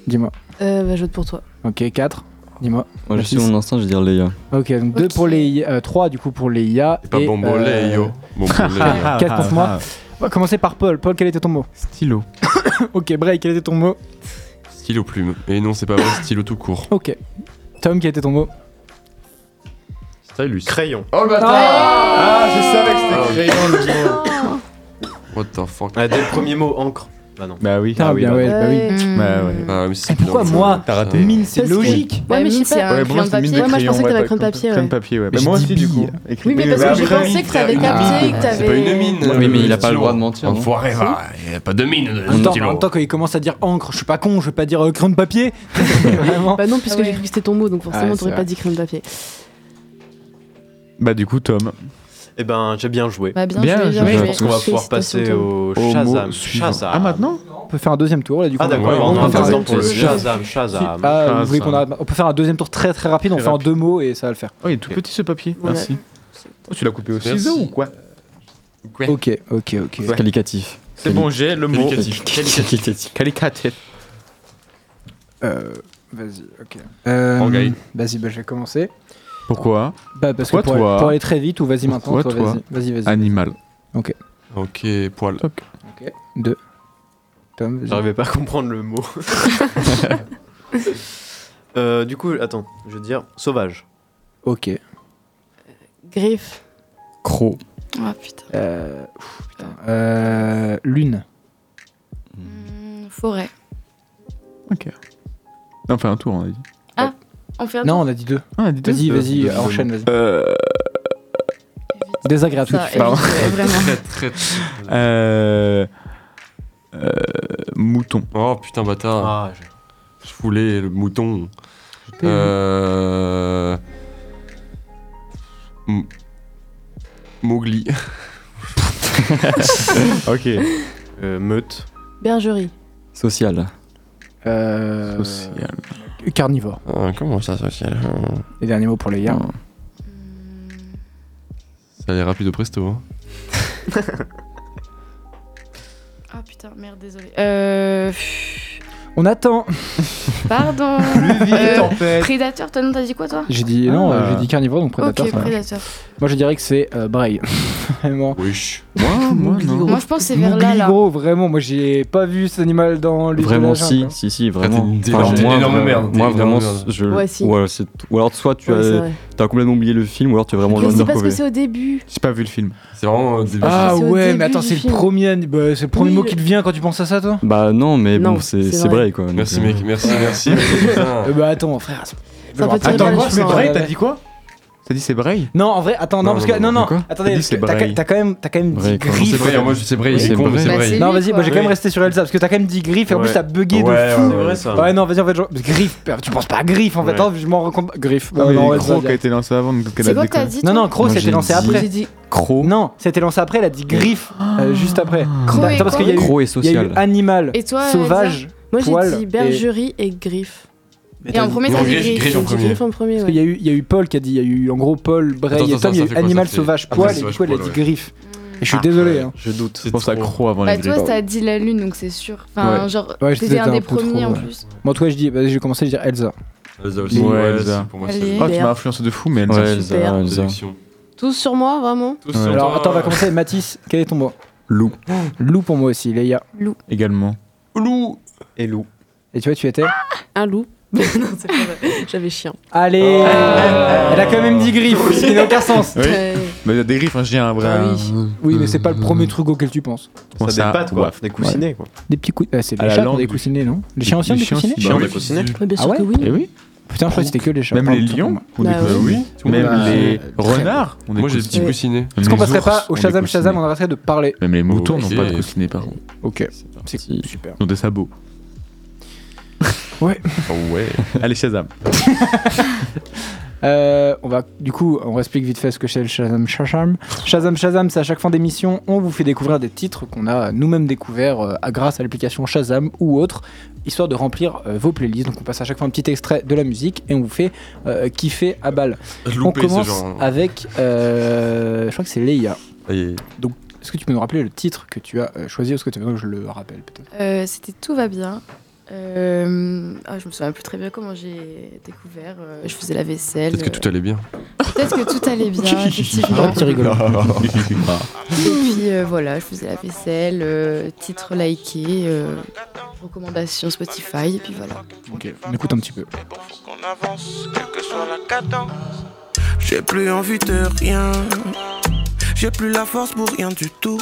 dis-moi.
Euh, bah, je vote pour toi.
Ok, 4, dis-moi.
Moi, je
La
suis
six.
mon instinct, je vais dire Léa.
Ok, donc 2 pour les IA, 3 du coup pour les IA.
pas
et,
bon pour les yo, bon pour les yo.
4 pour moi. On va commencer par Paul. Paul, quel était ton mot
Stylo.
ok, Bray, quel était ton mot
Stylo plume. Et non, c'est pas vrai, stylo tout court.
Ok. Tom, quel était ton mot
Stylus. Crayon.
Oh le bâtard
Ah,
je savais
que c'était crayon le mot. What the fuck.
Ah, dès le premier mot, encre. Bah non.
Bah oui.
Ah, bien, ouais, bah oui.
Bah ouais.
Ah, mais c'est
Pourquoi
énorme,
moi
T'as raté.
Mine, c'est
Parce que-
logique.
Ouais, mais je sais
c'est
pas.
un
Ouais,
crayon
moi,
de
c'est mine
papier.
de
Ouais, moi, je pensais que t'avais
crayon,
crayon de
ouais,
papier.
crayon de
ouais.
papier, ouais.
Mais
Bah, moi
j'ai
aussi,
dit
du coup.
bille.
Écrit-
Oui, mais parce
bah,
que j'ai
après-
pensé que t'avais capté et que t'avais.
C'est pas une mine.
Oui, mais
euh,
il a pas
stylo.
le droit de mentir, non
Enfoiré, va. Il a pas de mine.
En même, temps,
stylo.
en même temps, quand il commence à dire encre, je suis pas con, je vais pas dire euh, crayon de papier. Vraiment.
Bah non, puisque j'ai cru que c'était ton mot, donc forcément,
Ouais,
t'aurais
c'est
pas
vrai.
dit crème de papier.
Bah, du coup, Tom.
Eh ben, j'ai bien joué.
Bah, bien Bien joué, bien joué.
Je pense qu'on va
Merci,
pouvoir
c'est ton
passer
tour.
au
Au mot
Shazam.
suivant.
Shazam.
Ah, maintenant
On peut faire un deuxième tour là du coup.
Ah, d'accord,
Ouais,
on va en
peut
faire
faire
un pour le
tour.
Shazam, Shazam.
Si- ah, vous voulez
Shazam.
qu'on a- On peut faire un deuxième tour très très rapide, on
Très
fait en
rapide.
deux mots et ça va le faire.
Oh, il est tout petit ce papier.
Voilà.
Merci. Oh, tu l'as coupé au
Merci.
ciseau ou quoi
Ok, ok, ok.
Ouais.
Qualificatif.
C'est bon, j'ai le mot.
Qualificatif. Qualificatif.
Calicatif.
Euh, vas-y, ok. Euh,
Orgueil.
vas-y, bah, je vais commencer.
Pourquoi
Bah, parce
Pourquoi
que pour,
toi
aller, pour aller très vite, ou vas-y maintenant,
Pourquoi
toi,
toi
vas-y, vas-y, vas-y.
Animal.
Ok.
Ok, poil.
Ok, deux. Tom, vas-y.
J'arrivais pas à comprendre le mot. Euh, du coup, attends, je vais dire sauvage.
Ok.
Griffe.
Croc.
Ah putain.
Euh, pff, putain. Euh, lune.
Forêt.
Ok. Non, fait un tour, on a dit.
Ah, on fait un
Non,
tour.
on a dit deux.
Ah, on a dit deux.
Vas-y,
Deux,
vas-y,
deux, deux,
enchaîne,
deux.
vas-y.
Euh.
Désagréable. ce que
Ça,
tu fais.
évite, ouais, vraiment.
Euh. Euh. Mouton.
Oh putain, bâtard. je... voulais le mouton.
vu.
Euh. M- Mowgli.
ok.
Euh,
meute.
Bergerie.
Social.
Euh,
Social.
Carnivore.
comment ça, social
Les derniers mots pour les gars.
Ça allait rapide au presto. Hein.
Ah putain, merde, désolé. Euh. pff,
On attend.
Pardon.
Plus vite,
Euh,
en fait.
Prédateur, toi, non, t'as dit quoi, toi
J'ai dit non,
Ah.
euh, j'ai dit carnivore donc prédateur.
Ok,
ça va.
prédateur.
Moi je dirais que c'est euh, Braille. vraiment.
Wesh.
oh,
Moi, moi, non.
Moi, je pense que c'est vers là, là.
Gros, vraiment, moi j'ai pas vu cet animal dans hein. les
Vraiment, si, si, si, vraiment.
t'es une
Enfin,
énorme-
moi,
énorme
vra-
merde, t'es
Moi,
une
vraiment,
énorme merde.
je.
Ouais, si.
Ou alors, c'est- ou alors, soit tu
Ouais, c'est
as,
vrai.
t'as complètement oublié le film, ou alors tu es vraiment
Mais
dans
c'est
le
parce que c'est au début.
J'ai pas vu le film.
C'est vraiment euh, début.
Ah
C'est au
ouais,
début
mais attends,
du
c'est le
film.
premier, bah, c'est le premier
Oui,
mot
le-
qui te vient quand tu penses à ça, toi
Bah non, mais
Non,
bon, c'est
c'est
c'est
vrai.
vrai quoi. donc,
Merci
euh,
mec, merci, merci. putain.
Euh, Bah attends, frère. c'est-
Ça peut tirer
Attends,
vers
quoi
le
C'est
sang,
Bray
ouais,
T'as
ouais.
dit quoi T'as dit c'est Bray
Non, en vrai, attends, non,
Non,
parce
non,
que.
non,
Non,
non,
non,
quoi
attendez,
T'as dit
parce que
c'est
t'as
Braille.
t'as quand même t'as quand même dit
Braille, quoi. Non, c'est
C'est
griffe.
vrai, moi je- c'est vrai, il
C'est
est con, mais
vrai.
c'est
Bah,
vrai.
Non,
lui,
vas-y, moi
quoi.
j'ai quand même
Oui.
resté sur Elsa parce que t'as quand même dit griffe et en
Ouais.
plus t'as
Ouais,
bugué de fou.
ouais, ouais, ouais, ça.
Ouais, non, vas-y, en fait, genre, griffe, père, tu penses pas à griffe en fait,
Ouais.
hein, je m'en rends compte. Griffe,
Non,
bah, non,
mais
Elsa,
Croc
direct.
a été lancé avant, donc
C'est quoi que t'as dit
Non,
toi
non, Croc,
Moi,
c'était
j'ai
lancé
dit-
après.
J'ai dit
Croc.
Non, c'était lancé après, elle a dit griffe euh, juste après.
Croc et
Attends, parce
quoi
qu'il y a eu,
Croc et
il y a eu
social.
animal,
Et toi,
sauvage,
Moi,
poil
j'ai dit
et-
bergerie et, griffe.
Et en premier,
Non,
t'as dit
griffe, griffe
griffe.
en
J'ai dit
premier.
griffe en premier,
Parce
ouais.
qu'il y a eu- il y, a eu Paul qui a dit, il y a eu en gros Paul, Bray
Attends,
et
attends,
Tom, il y a
ça fait
eu
quoi,
animal
ça fait-
sauvage,
Ah,
poil, et
c'est
du
sauvage,
coup elle a
poil,
dit
ouais.
griffe. Et je suis désolé, hein.
Ah, Je doute.
C'est
Je pense à
trop.
Croc avant
Bah,
les
toi,
griffes.
t'as dit la lune, donc c'est sûr. Enfin,
Ouais.
genre,
Ouais,
t'étais
j'étais
un des
un peu trop,
premiers en
ouais.
plus.
Bon, en tout cas, je dis, bah, j'ai commencé à dire Elsa.
Elsa aussi,
Ouais,
ouais,
Elsa.
c'est- pour moi,
Allez.
c'est
Oh, tu m'as influencé de fou, mais
Ouais,
elle
Elsa,
super.
Elsa.
sélection.
Tous sur moi, vraiment
Tous sur
Alors
toi.
attends, on va commencer. Mathis, quel est ton mot
Loup.
Loup pour moi aussi, Léa.
Également.
Loup
Et loup.
Et tu vois, tu étais
Un loup. non, c'est pas vrai. J'avais chien.
Allez Elle a quand même dit griffe, ce qui n'a aucun sens.
Oui. Mais il y a des griffes, un chien, un bras.
Ah Oui, mais c'est pas le premier truc auquel tu penses.
Euh, Bon,
Ça, des pattes, quoi. Des coussinets, quoi.
Des petits coups. euh, c'est
À
les
la
chats qui ont
langue
des
du-
coussinets, non Les
du-
chiens aussi ont
du
des
chien,
coussinets
si, bah oui. Des coussinets. Ouais, bien
Ah
sûr
ouais
que oui. Eh oui.
Putain, je crois que c'était que les chats.
Même
Pardon,
les
tout le
lions
monde.
ont des Bah coussinets. oui. Tout le
Même
monde a-
les
Très
renards
bien.
ont des
Moi, j'ai des
coussinets.
petits coussinets.
Est-ce qu'on
Les
passerait
ours
pas au
ont des
Shazam
coussinets.
Shazam On arrêterait de parler.
Même les moutons n'ont pas de
Ok.
coussinets, par contre.
Ok. C'est super.
Ils ont des sabots. Oh
Ouais.
ouais. Allez, Shazam.
Euh, on va, du coup, on explique vite fait ce que c'est le Shazam Shazam. Shazam Shazam, c'est à chaque fin d'émission, on vous fait découvrir des titres qu'on a nous-mêmes découverts euh, à- grâce à l'application Shazam ou autre, histoire de remplir euh, vos playlists. Donc on passe à chaque fois un petit extrait de la musique et on vous fait euh, kiffer à balle. on
Loupé, ce
commence
genre.
avec, euh, je crois que c'est Leia.
Aïe.
Donc, est-ce que tu peux nous rappeler le titre que tu as euh, choisi ou est-ce que tu veux que je le rappelle peut-être
Euh, C'était Tout va bien. Euh, ah, je me souviens plus très bien comment j'ai découvert. euh, je faisais la vaisselle.
Peut-être que
euh,
tout allait bien. Ah,
Peut-être que tout allait bien, effectivement.
Arrête, tu rigoles.
Ah,
Et puis euh, voilà, je faisais la vaisselle, euh, titre liké, euh, recommandation Spotify, et puis voilà.
Ok, on écoute un petit peu.
qu'on avance, quelle que soit la cadence. J'ai plus envie de rien. J'ai plus la force pour rien du tout.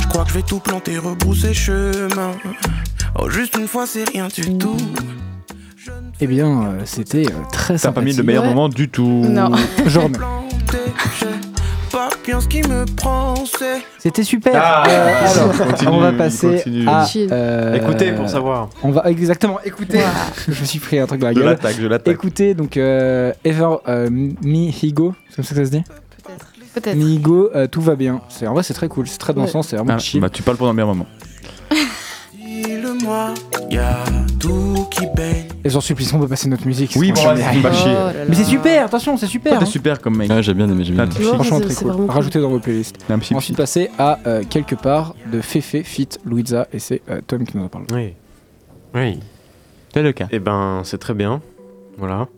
Je crois que je vais tout planter, rebrousser chemin. Oh, juste une fois, c'est rien du tout.
Eh bien, euh, c'était euh, très
T'as
sympa.
pas mis le meilleur moment du tout.
Non. Genre, mais-
Pas bien ce qui me prend, c'est.
C'était super.
Ah,
Euh,
il
alors,
continue,
on va
il
passer
continue.
Ah,
à
Chill.
euh,
Écoutez pour savoir.
On va exactement écouter. je me suis pris un truc dans la
Je
gueule.
l'attaque, je l'attaque.
Écoutez donc euh, Ever euh, Mi Higo, c'est comme ça que ça se dit.
Peut-être.
Mi Higo, euh, tout va bien. C'est en vrai c'est très cool, c'est très dansant,
Ouais.
c'est vraiment
Ah,
chill.
bah, tu parles pendant bien un moment.
Dis-le-moi, y'a tout qui baigne.
Et j'en supplie, on peut passer notre musique.
Oui,
c'est
bon,
génial.
vas-y, va chier.
Oh là là.
Mais c'est super, attention, c'est
Toi,
super.
t'es
hein.
super comme mec.
Ah, j'ai bien aimé, j'ai bien aimé.
Franchement
c'est-
très
c'est
cool.
vraiment cool.
Rajoutez dans vos playlists.
Un petit
Ensuite passer à euh, quelque part de Fefe Fit Luisa et c'est euh, Tom qui nous en parle.
Oui. Oui.
C'est le cas.
Eh ben, c'est très bien. Voilà.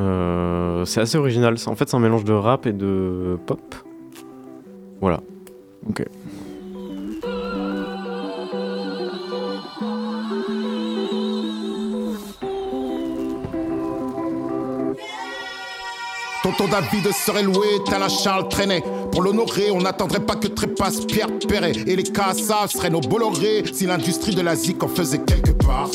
Euh, c'est assez original. C'est- En fait, c'est un mélange de rap et de pop. Voilà.
Ok.
Tonton David serait loué, t'as la Charles traînait. Pour l'honorer, on n'attendrait pas que trépasse Pierre Perret. Et les cassaves seraient nos Bolloré si l'industrie de la ZIC en faisait quelque part.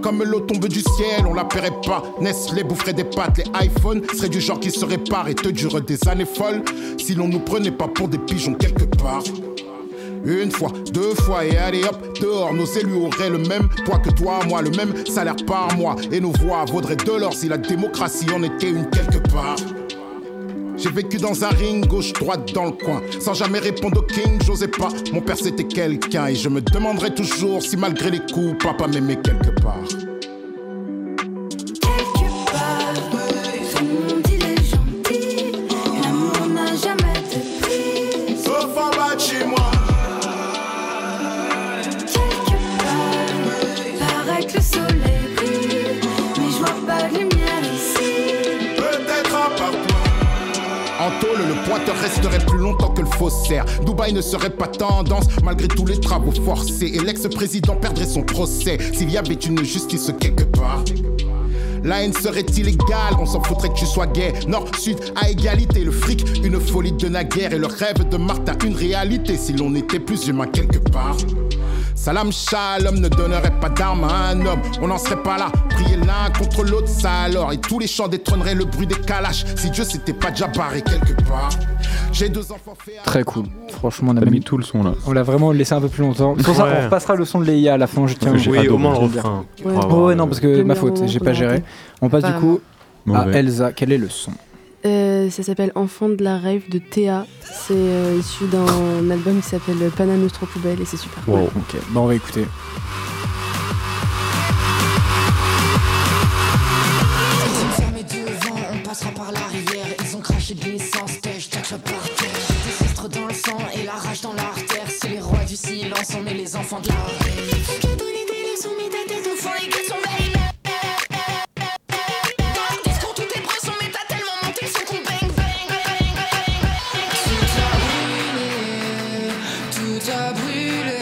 Comme l'eau tombe du ciel, on la paierait pas. Nestlé boufferait des pâtes, les iPhones seraient du genre qui se répare et te durent des années folles. Si l'on nous prenait pas pour des pigeons quelque part. Une fois, deux fois et allez hop, dehors, nos élus auraient le même poids que toi, moi, le même salaire par mois. Et nos voix vaudraient de l'or si la démocratie en était une quelque part. J'ai vécu dans un ring, gauche-droite dans le coin. Sans jamais répondre au king, j'osais pas. Mon père c'était quelqu'un et je me demanderais toujours si malgré les coups, papa m'aimait quelque part.
Tout le monde il est gentil, l'amour n'a jamais été pris. Sauf en bas de chez moi. Quelque part, paraît que le soleil brille, mais je vois pas de lumière ici. Peut-être à part
En tôle, le pointeur resterait plus longtemps que le faussaire. Dubaï ne serait pas tendance malgré tous les travaux forcés. Et l'ex-président perdrait son procès s'il y avait une justice quelque part. La haine serait illégale, on s'en foutrait que tu sois gay. Nord-Sud à égalité, le fric, une folie de naguère et le rêve de Martin, une réalité si l'on était plus humain quelque part. Salam shalom ne donnerait pas d'armes à un homme, on n'en serait pas là. Prier l'un contre l'autre, ça alors, et tous les chants détrôneraient le bruit des calaches si Dieu s'était pas déjà barré quelque part. J'ai deux enfants faits à-
Très cool. Franchement, on a
T'as
même-
mis tout le son là.
On l'a vraiment laissé un peu plus longtemps. C'est pour ça
Ouais.
qu'on repassera le son de Leia à la fin, je tiens à
Oui,
vous-
au moins le
je veux dire.
refrain.
Ouais,
Pour avoir
ouais,
le-
non, parce que
Le
ma
meilleur
faute,
moment
j'ai
pour
pas
le
géré.
rater.
On passe du
Apparemment.
coup à
Mauvais.
Elsa. Quel est le son
Euh, ça s'appelle Enfant de la rêve de Théa. C'est euh, issu d'un album qui s'appelle Pana Nostra Poubelle et c'est super cool.
Ok, bah on va écouter.
Ils ont fermé devant, on passera par l'arrière. Ils ont craché de l'essence, pêche, tâche par terre. Des astres dans le sang et la rage dans l'artère. C'est les rois du silence, on est les enfants de la rêve. T'as donné des leçons, mais t'as des enfants, les gars sont belles. T'es con, tous tes bras sont, mais t'as tellement monté le son qu'on bang, bang, bang, bang. Tout a brûlé,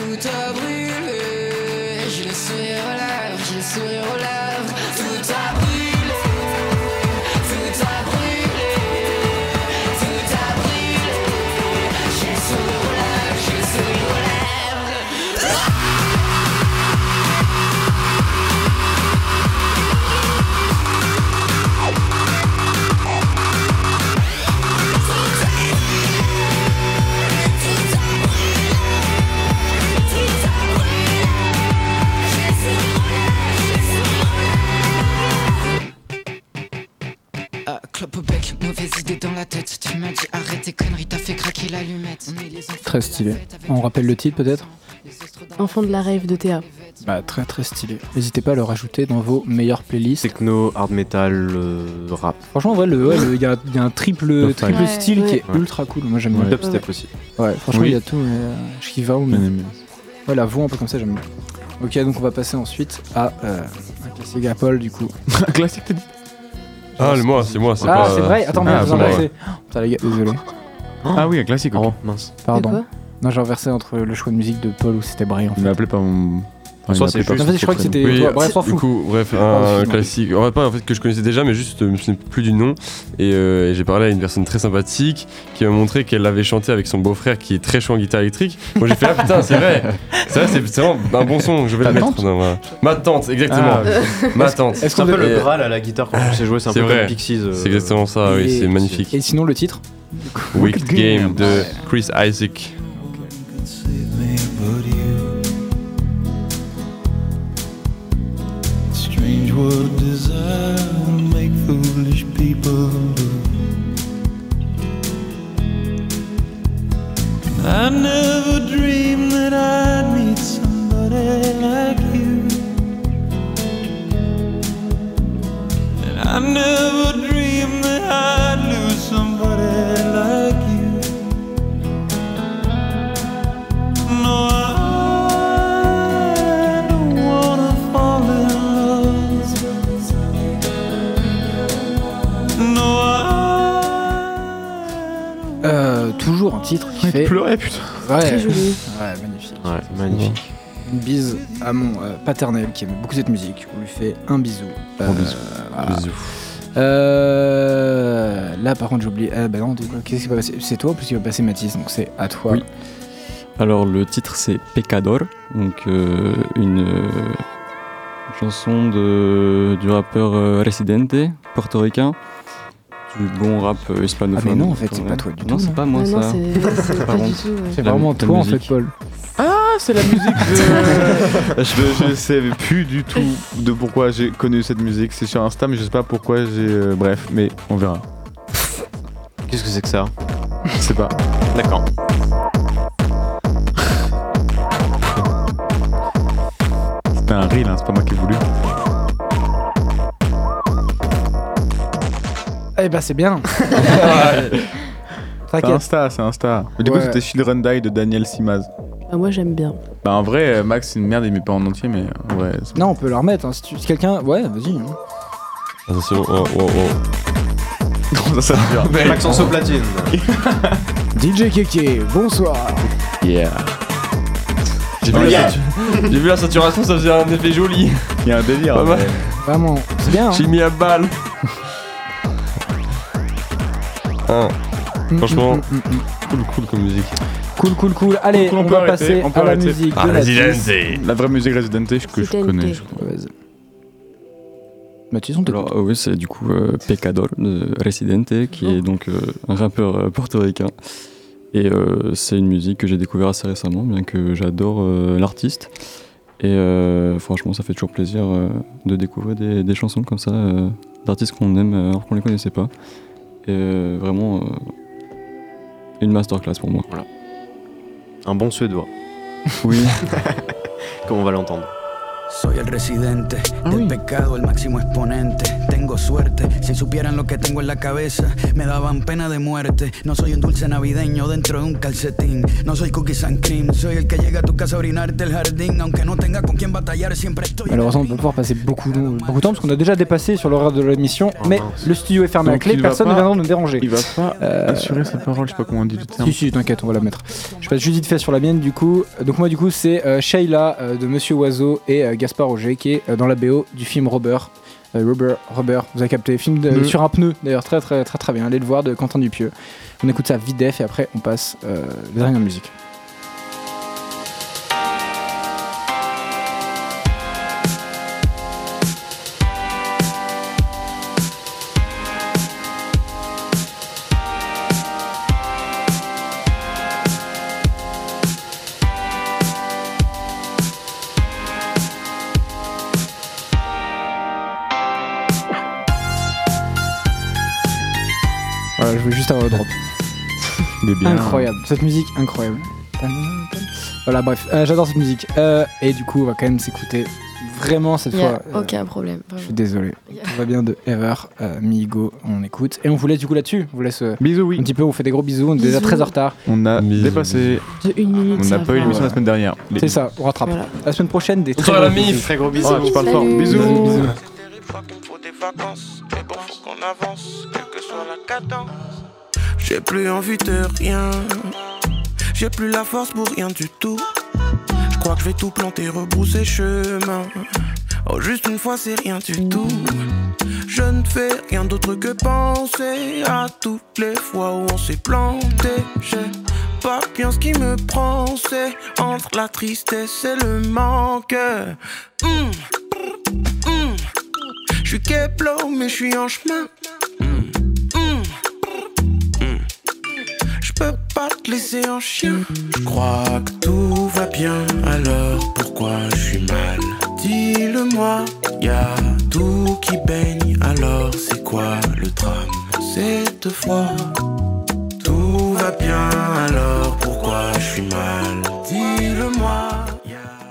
tout a brûlé, tout a brûlé. Je le suis, relâche.
Ah, clope au bec, mauvaise idée dans la tête. Tu m'as dit arrête tes conneries, t'as fait craquer l'allumette. On est les enfants.
Très stylé. On rappelle le titre peut-être
Enfant de la rêve de Théa.
Bah très très stylé. N'hésitez pas à le rajouter dans vos meilleures playlists.
Techno, hard metal, euh, rap.
Franchement, ouais, le- ouais, le- il y, a- il y a un triple,
Ouais,
triple
ouais.
style qui est
Ouais.
ultra cool. Moi j'aime
Le
bien.
dubstep
Ouais.
aussi.
Ouais, franchement,
Oui.
il y a tout. mais, euh, Je kiffe vraiment. Ouais, la voix un peu comme ça, j'aime bien. Ok, donc on va passer ensuite à euh, un classique à Paul du coup. un classique, t'as dit
Ah, le moi, c'est moi, c'est
Ah,
pas.
c'est vrai Attends, mais
Ah,
vous
c'est
en
moi,
versez.
ouais.
Oh, Putain, les gars, désolé.
Ah oui, un classique.
Oh mince.
Pardon. Non, j'ai renversé entre le choix de musique de Paul ou c'était Brian.
Il m'a appelé par mon.
En soi, c'est juste- En fait, je crois que c'était
Oui,
toi. Bref, s'en
du
fout.
coup, bref,
Oh,
un
euh,
excuse-moi.
classique. En fait, pas en fait que je connaissais déjà, mais juste, euh, je me souviens plus du nom. Et, euh, et j'ai parlé à une personne très sympathique qui m'a montré qu'elle l'avait chanté avec son beau-frère qui est très chaud en guitare électrique. Moi, j'ai fait ah putain, c'est vrai. C'est vrai, c'est c'est vraiment un bon son. Je vais
Ta
le mettre.
tante
dans ma- Ma tante, exactement.
Ah, ok.
Ma
Est-ce-
tante.
est-ce qu'on C'est un peu devait- le Graal
bras
à la guitare quand on sait jouer, c'est un peu comme Pixies, euh,
C'est exactement ça.
Et-
Ah Oui, c'est magnifique.
Et sinon, le titre
Wicked Game de Chris Isaac.
Strange world desire will make foolish people blue. I never dreamed that I'd meet somebody like you. And I never dreamed that I'd lose somebody like you. No, I don't wanna fall in love. No, I
Euh, toujours un titre qui fait.
pleurait, putain.
Ouais.
Très joli.
Ouais, magnifique.
Ouais, magnifique.
Une bise à mon euh, paternel qui aime beaucoup cette musique. On lui fait un bisou.
Gros bisou.
voilà. Euh, là, par contre, j'ai oublié. Ah, bah non, du coup, qu'est-ce qui va passer C'est toi en plus qui va passer Mathis, donc c'est à toi.
Oui. Alors le titre c'est Pecador, donc euh, une euh, chanson de, du rappeur euh, Residente, portoricain, du bon rap euh, hispanophone.
Ah, mais non, en fait, c'est
Ouais.
pas toi du
Non,
tout,
c'est
non.
pas moi
Ah, Non, non,
ça.
c'est- c'est pas
Pardon.
du tout, ouais. C'est
La-
vraiment
la
toi, en
musique.
fait, Paul.
Ah, c'est la musique de. je, je sais plus du tout de pourquoi j'ai connu cette musique. C'est sur Insta, mais je sais pas pourquoi j'ai. euh, bref, mais on verra.
Qu'est-ce que c'est que ça
Je sais pas.
D'accord.
C'était un reel, hein, c'est pas moi qui ai voulu.
Eh bah, c'est bien.
C'est
T'inquiète.
Insta, c'est Insta. Mais du
Ouais.
coup, c'était Children Die de Daniel Simaz.
Bah, moi j'aime bien.
Bah, en vrai, euh, Max, c'est une merde, il met pas en entier, mais euh, ouais. c'est-
Non, on peut la remettre. hein, Si, tu- si quelqu'un. Ouais, vas-y. hein.
Attention, oh, oh,
oh. ça dure.
Maxence au platine.
DJ Keke, bonsoir.
Yeah.
J'ai
Oh,
vu,
yeah.
la satu- j'ai vu la saturation, ça faisait un effet joli.
Il y a un délire.
Pas mal.
Vraiment, c'est bien. hein.
J'ai mis à balle. Hein.
Mm,
Franchement,
mm,
cool, cool comme musique.
Cool, cool, cool. Allez,
Cool,
on,
peut
va
arrêter,
passer
on peut
à la
arrêter.
musique. de Mathis.
La vraie musique Resident Evil que je
Resident
connais.
Evil.
je
crois. Mathis, on
Alors, euh, oui, c'est du coup euh, Pecador de Residente, qui
Oh.
est donc euh, un rappeur euh, portoricain. Et euh, c'est une musique que j'ai découvert assez récemment, bien que j'adore euh, l'artiste. Et euh, franchement, ça fait toujours plaisir euh, de découvrir des, des chansons comme ça, euh, d'artistes qu'on aime euh, alors qu'on les connaissait pas. Et euh, vraiment, euh, une masterclass pour moi.
Un bon suédois.
Oui.
Comme on va l'entendre.
Soy el residente del pecado, el máximo exponente. Tengo suerte, si supieran lo que tengo en la cabeza, me daban pena de muerte. No soy un dulce navideño dentro de un calcetín. No soy cookies and cream, soy el que llega a tu casa a orinarte el jardín. Aunque no tenga con quién batallar, siempre estoy.
Malheureusement, on va pouvoir passer beaucoup, de- beaucoup de temps parce qu'on a déjà dépassé sur l'horaire de l'émission, mais le studio est fermé à
Donc,
clé,
il va
personne
pas-
ne viendra nous déranger.
Il va pas
Euh,
assurer sa parole, je sais pas comment on dit le terme.
Si, si, t'inquiète, on va la mettre. Je passe juste vite fait sur la mienne du coup. Donc, moi, du coup, c'est euh, Sheila euh, de Monsieur Oiseau et euh, Gaspard Roger qui est euh, dans la BO du film Robert. Euh, Robert, Robert, vous avez capté, film de-
Nœud.
sur un pneu d'ailleurs, très très très très bien. Allez le voir de Quentin Dupieux. On écoute ça vite def et après on passe euh, la dernière musique.
Thank
Voilà, je voulais juste avoir le drop.
Il est bien.
Incroyable, cette musique incroyable. Voilà, bref, euh, j'adore cette musique. Euh, et du coup, on va quand même s'écouter vraiment cette
Il y a
fois. euh,
aucun problème.
Je
vraiment.
suis désolé. Tout va bien de Ever, euh, Migo, on écoute. Et on vous laisse du coup là-dessus. On vous laisse bisous, oui. un petit peu, on vous fait des gros bisous. On est déjà
Bisous.
très en retard.
On a dépassé.
De une minute.
On n'a
ça
pas eu
va.
l'émission la semaine dernière.
C'est ça, on rattrape. La semaine prochaine, des
On
très
sera à
gros
la MIF.
bisous.
Très gros bisous.
Oh,
Ah, tu parles fort.
Salut.
Bisous.
Bisous.
J'ai plus envie de rien. J'ai plus la force pour rien du tout. Je crois que je vais tout planter, rebrousser chemin. Oh, juste une fois, c'est rien du tout. Je ne fais rien d'autre que penser à toutes les fois où on s'est planté. J'ai pas bien ce qui me prend, c'est entre la tristesse et le manque. Hum, hum. Je suis Keplo, mais je suis en chemin. Hum. Je peux pas te laisser en chien.
Je crois que tout va bien, alors pourquoi je suis mal
Dis-le-moi,
Y a tout qui baigne, alors c'est quoi le drame
cette fois.
Tout va bien, alors pourquoi je suis mal
Dis-le-moi,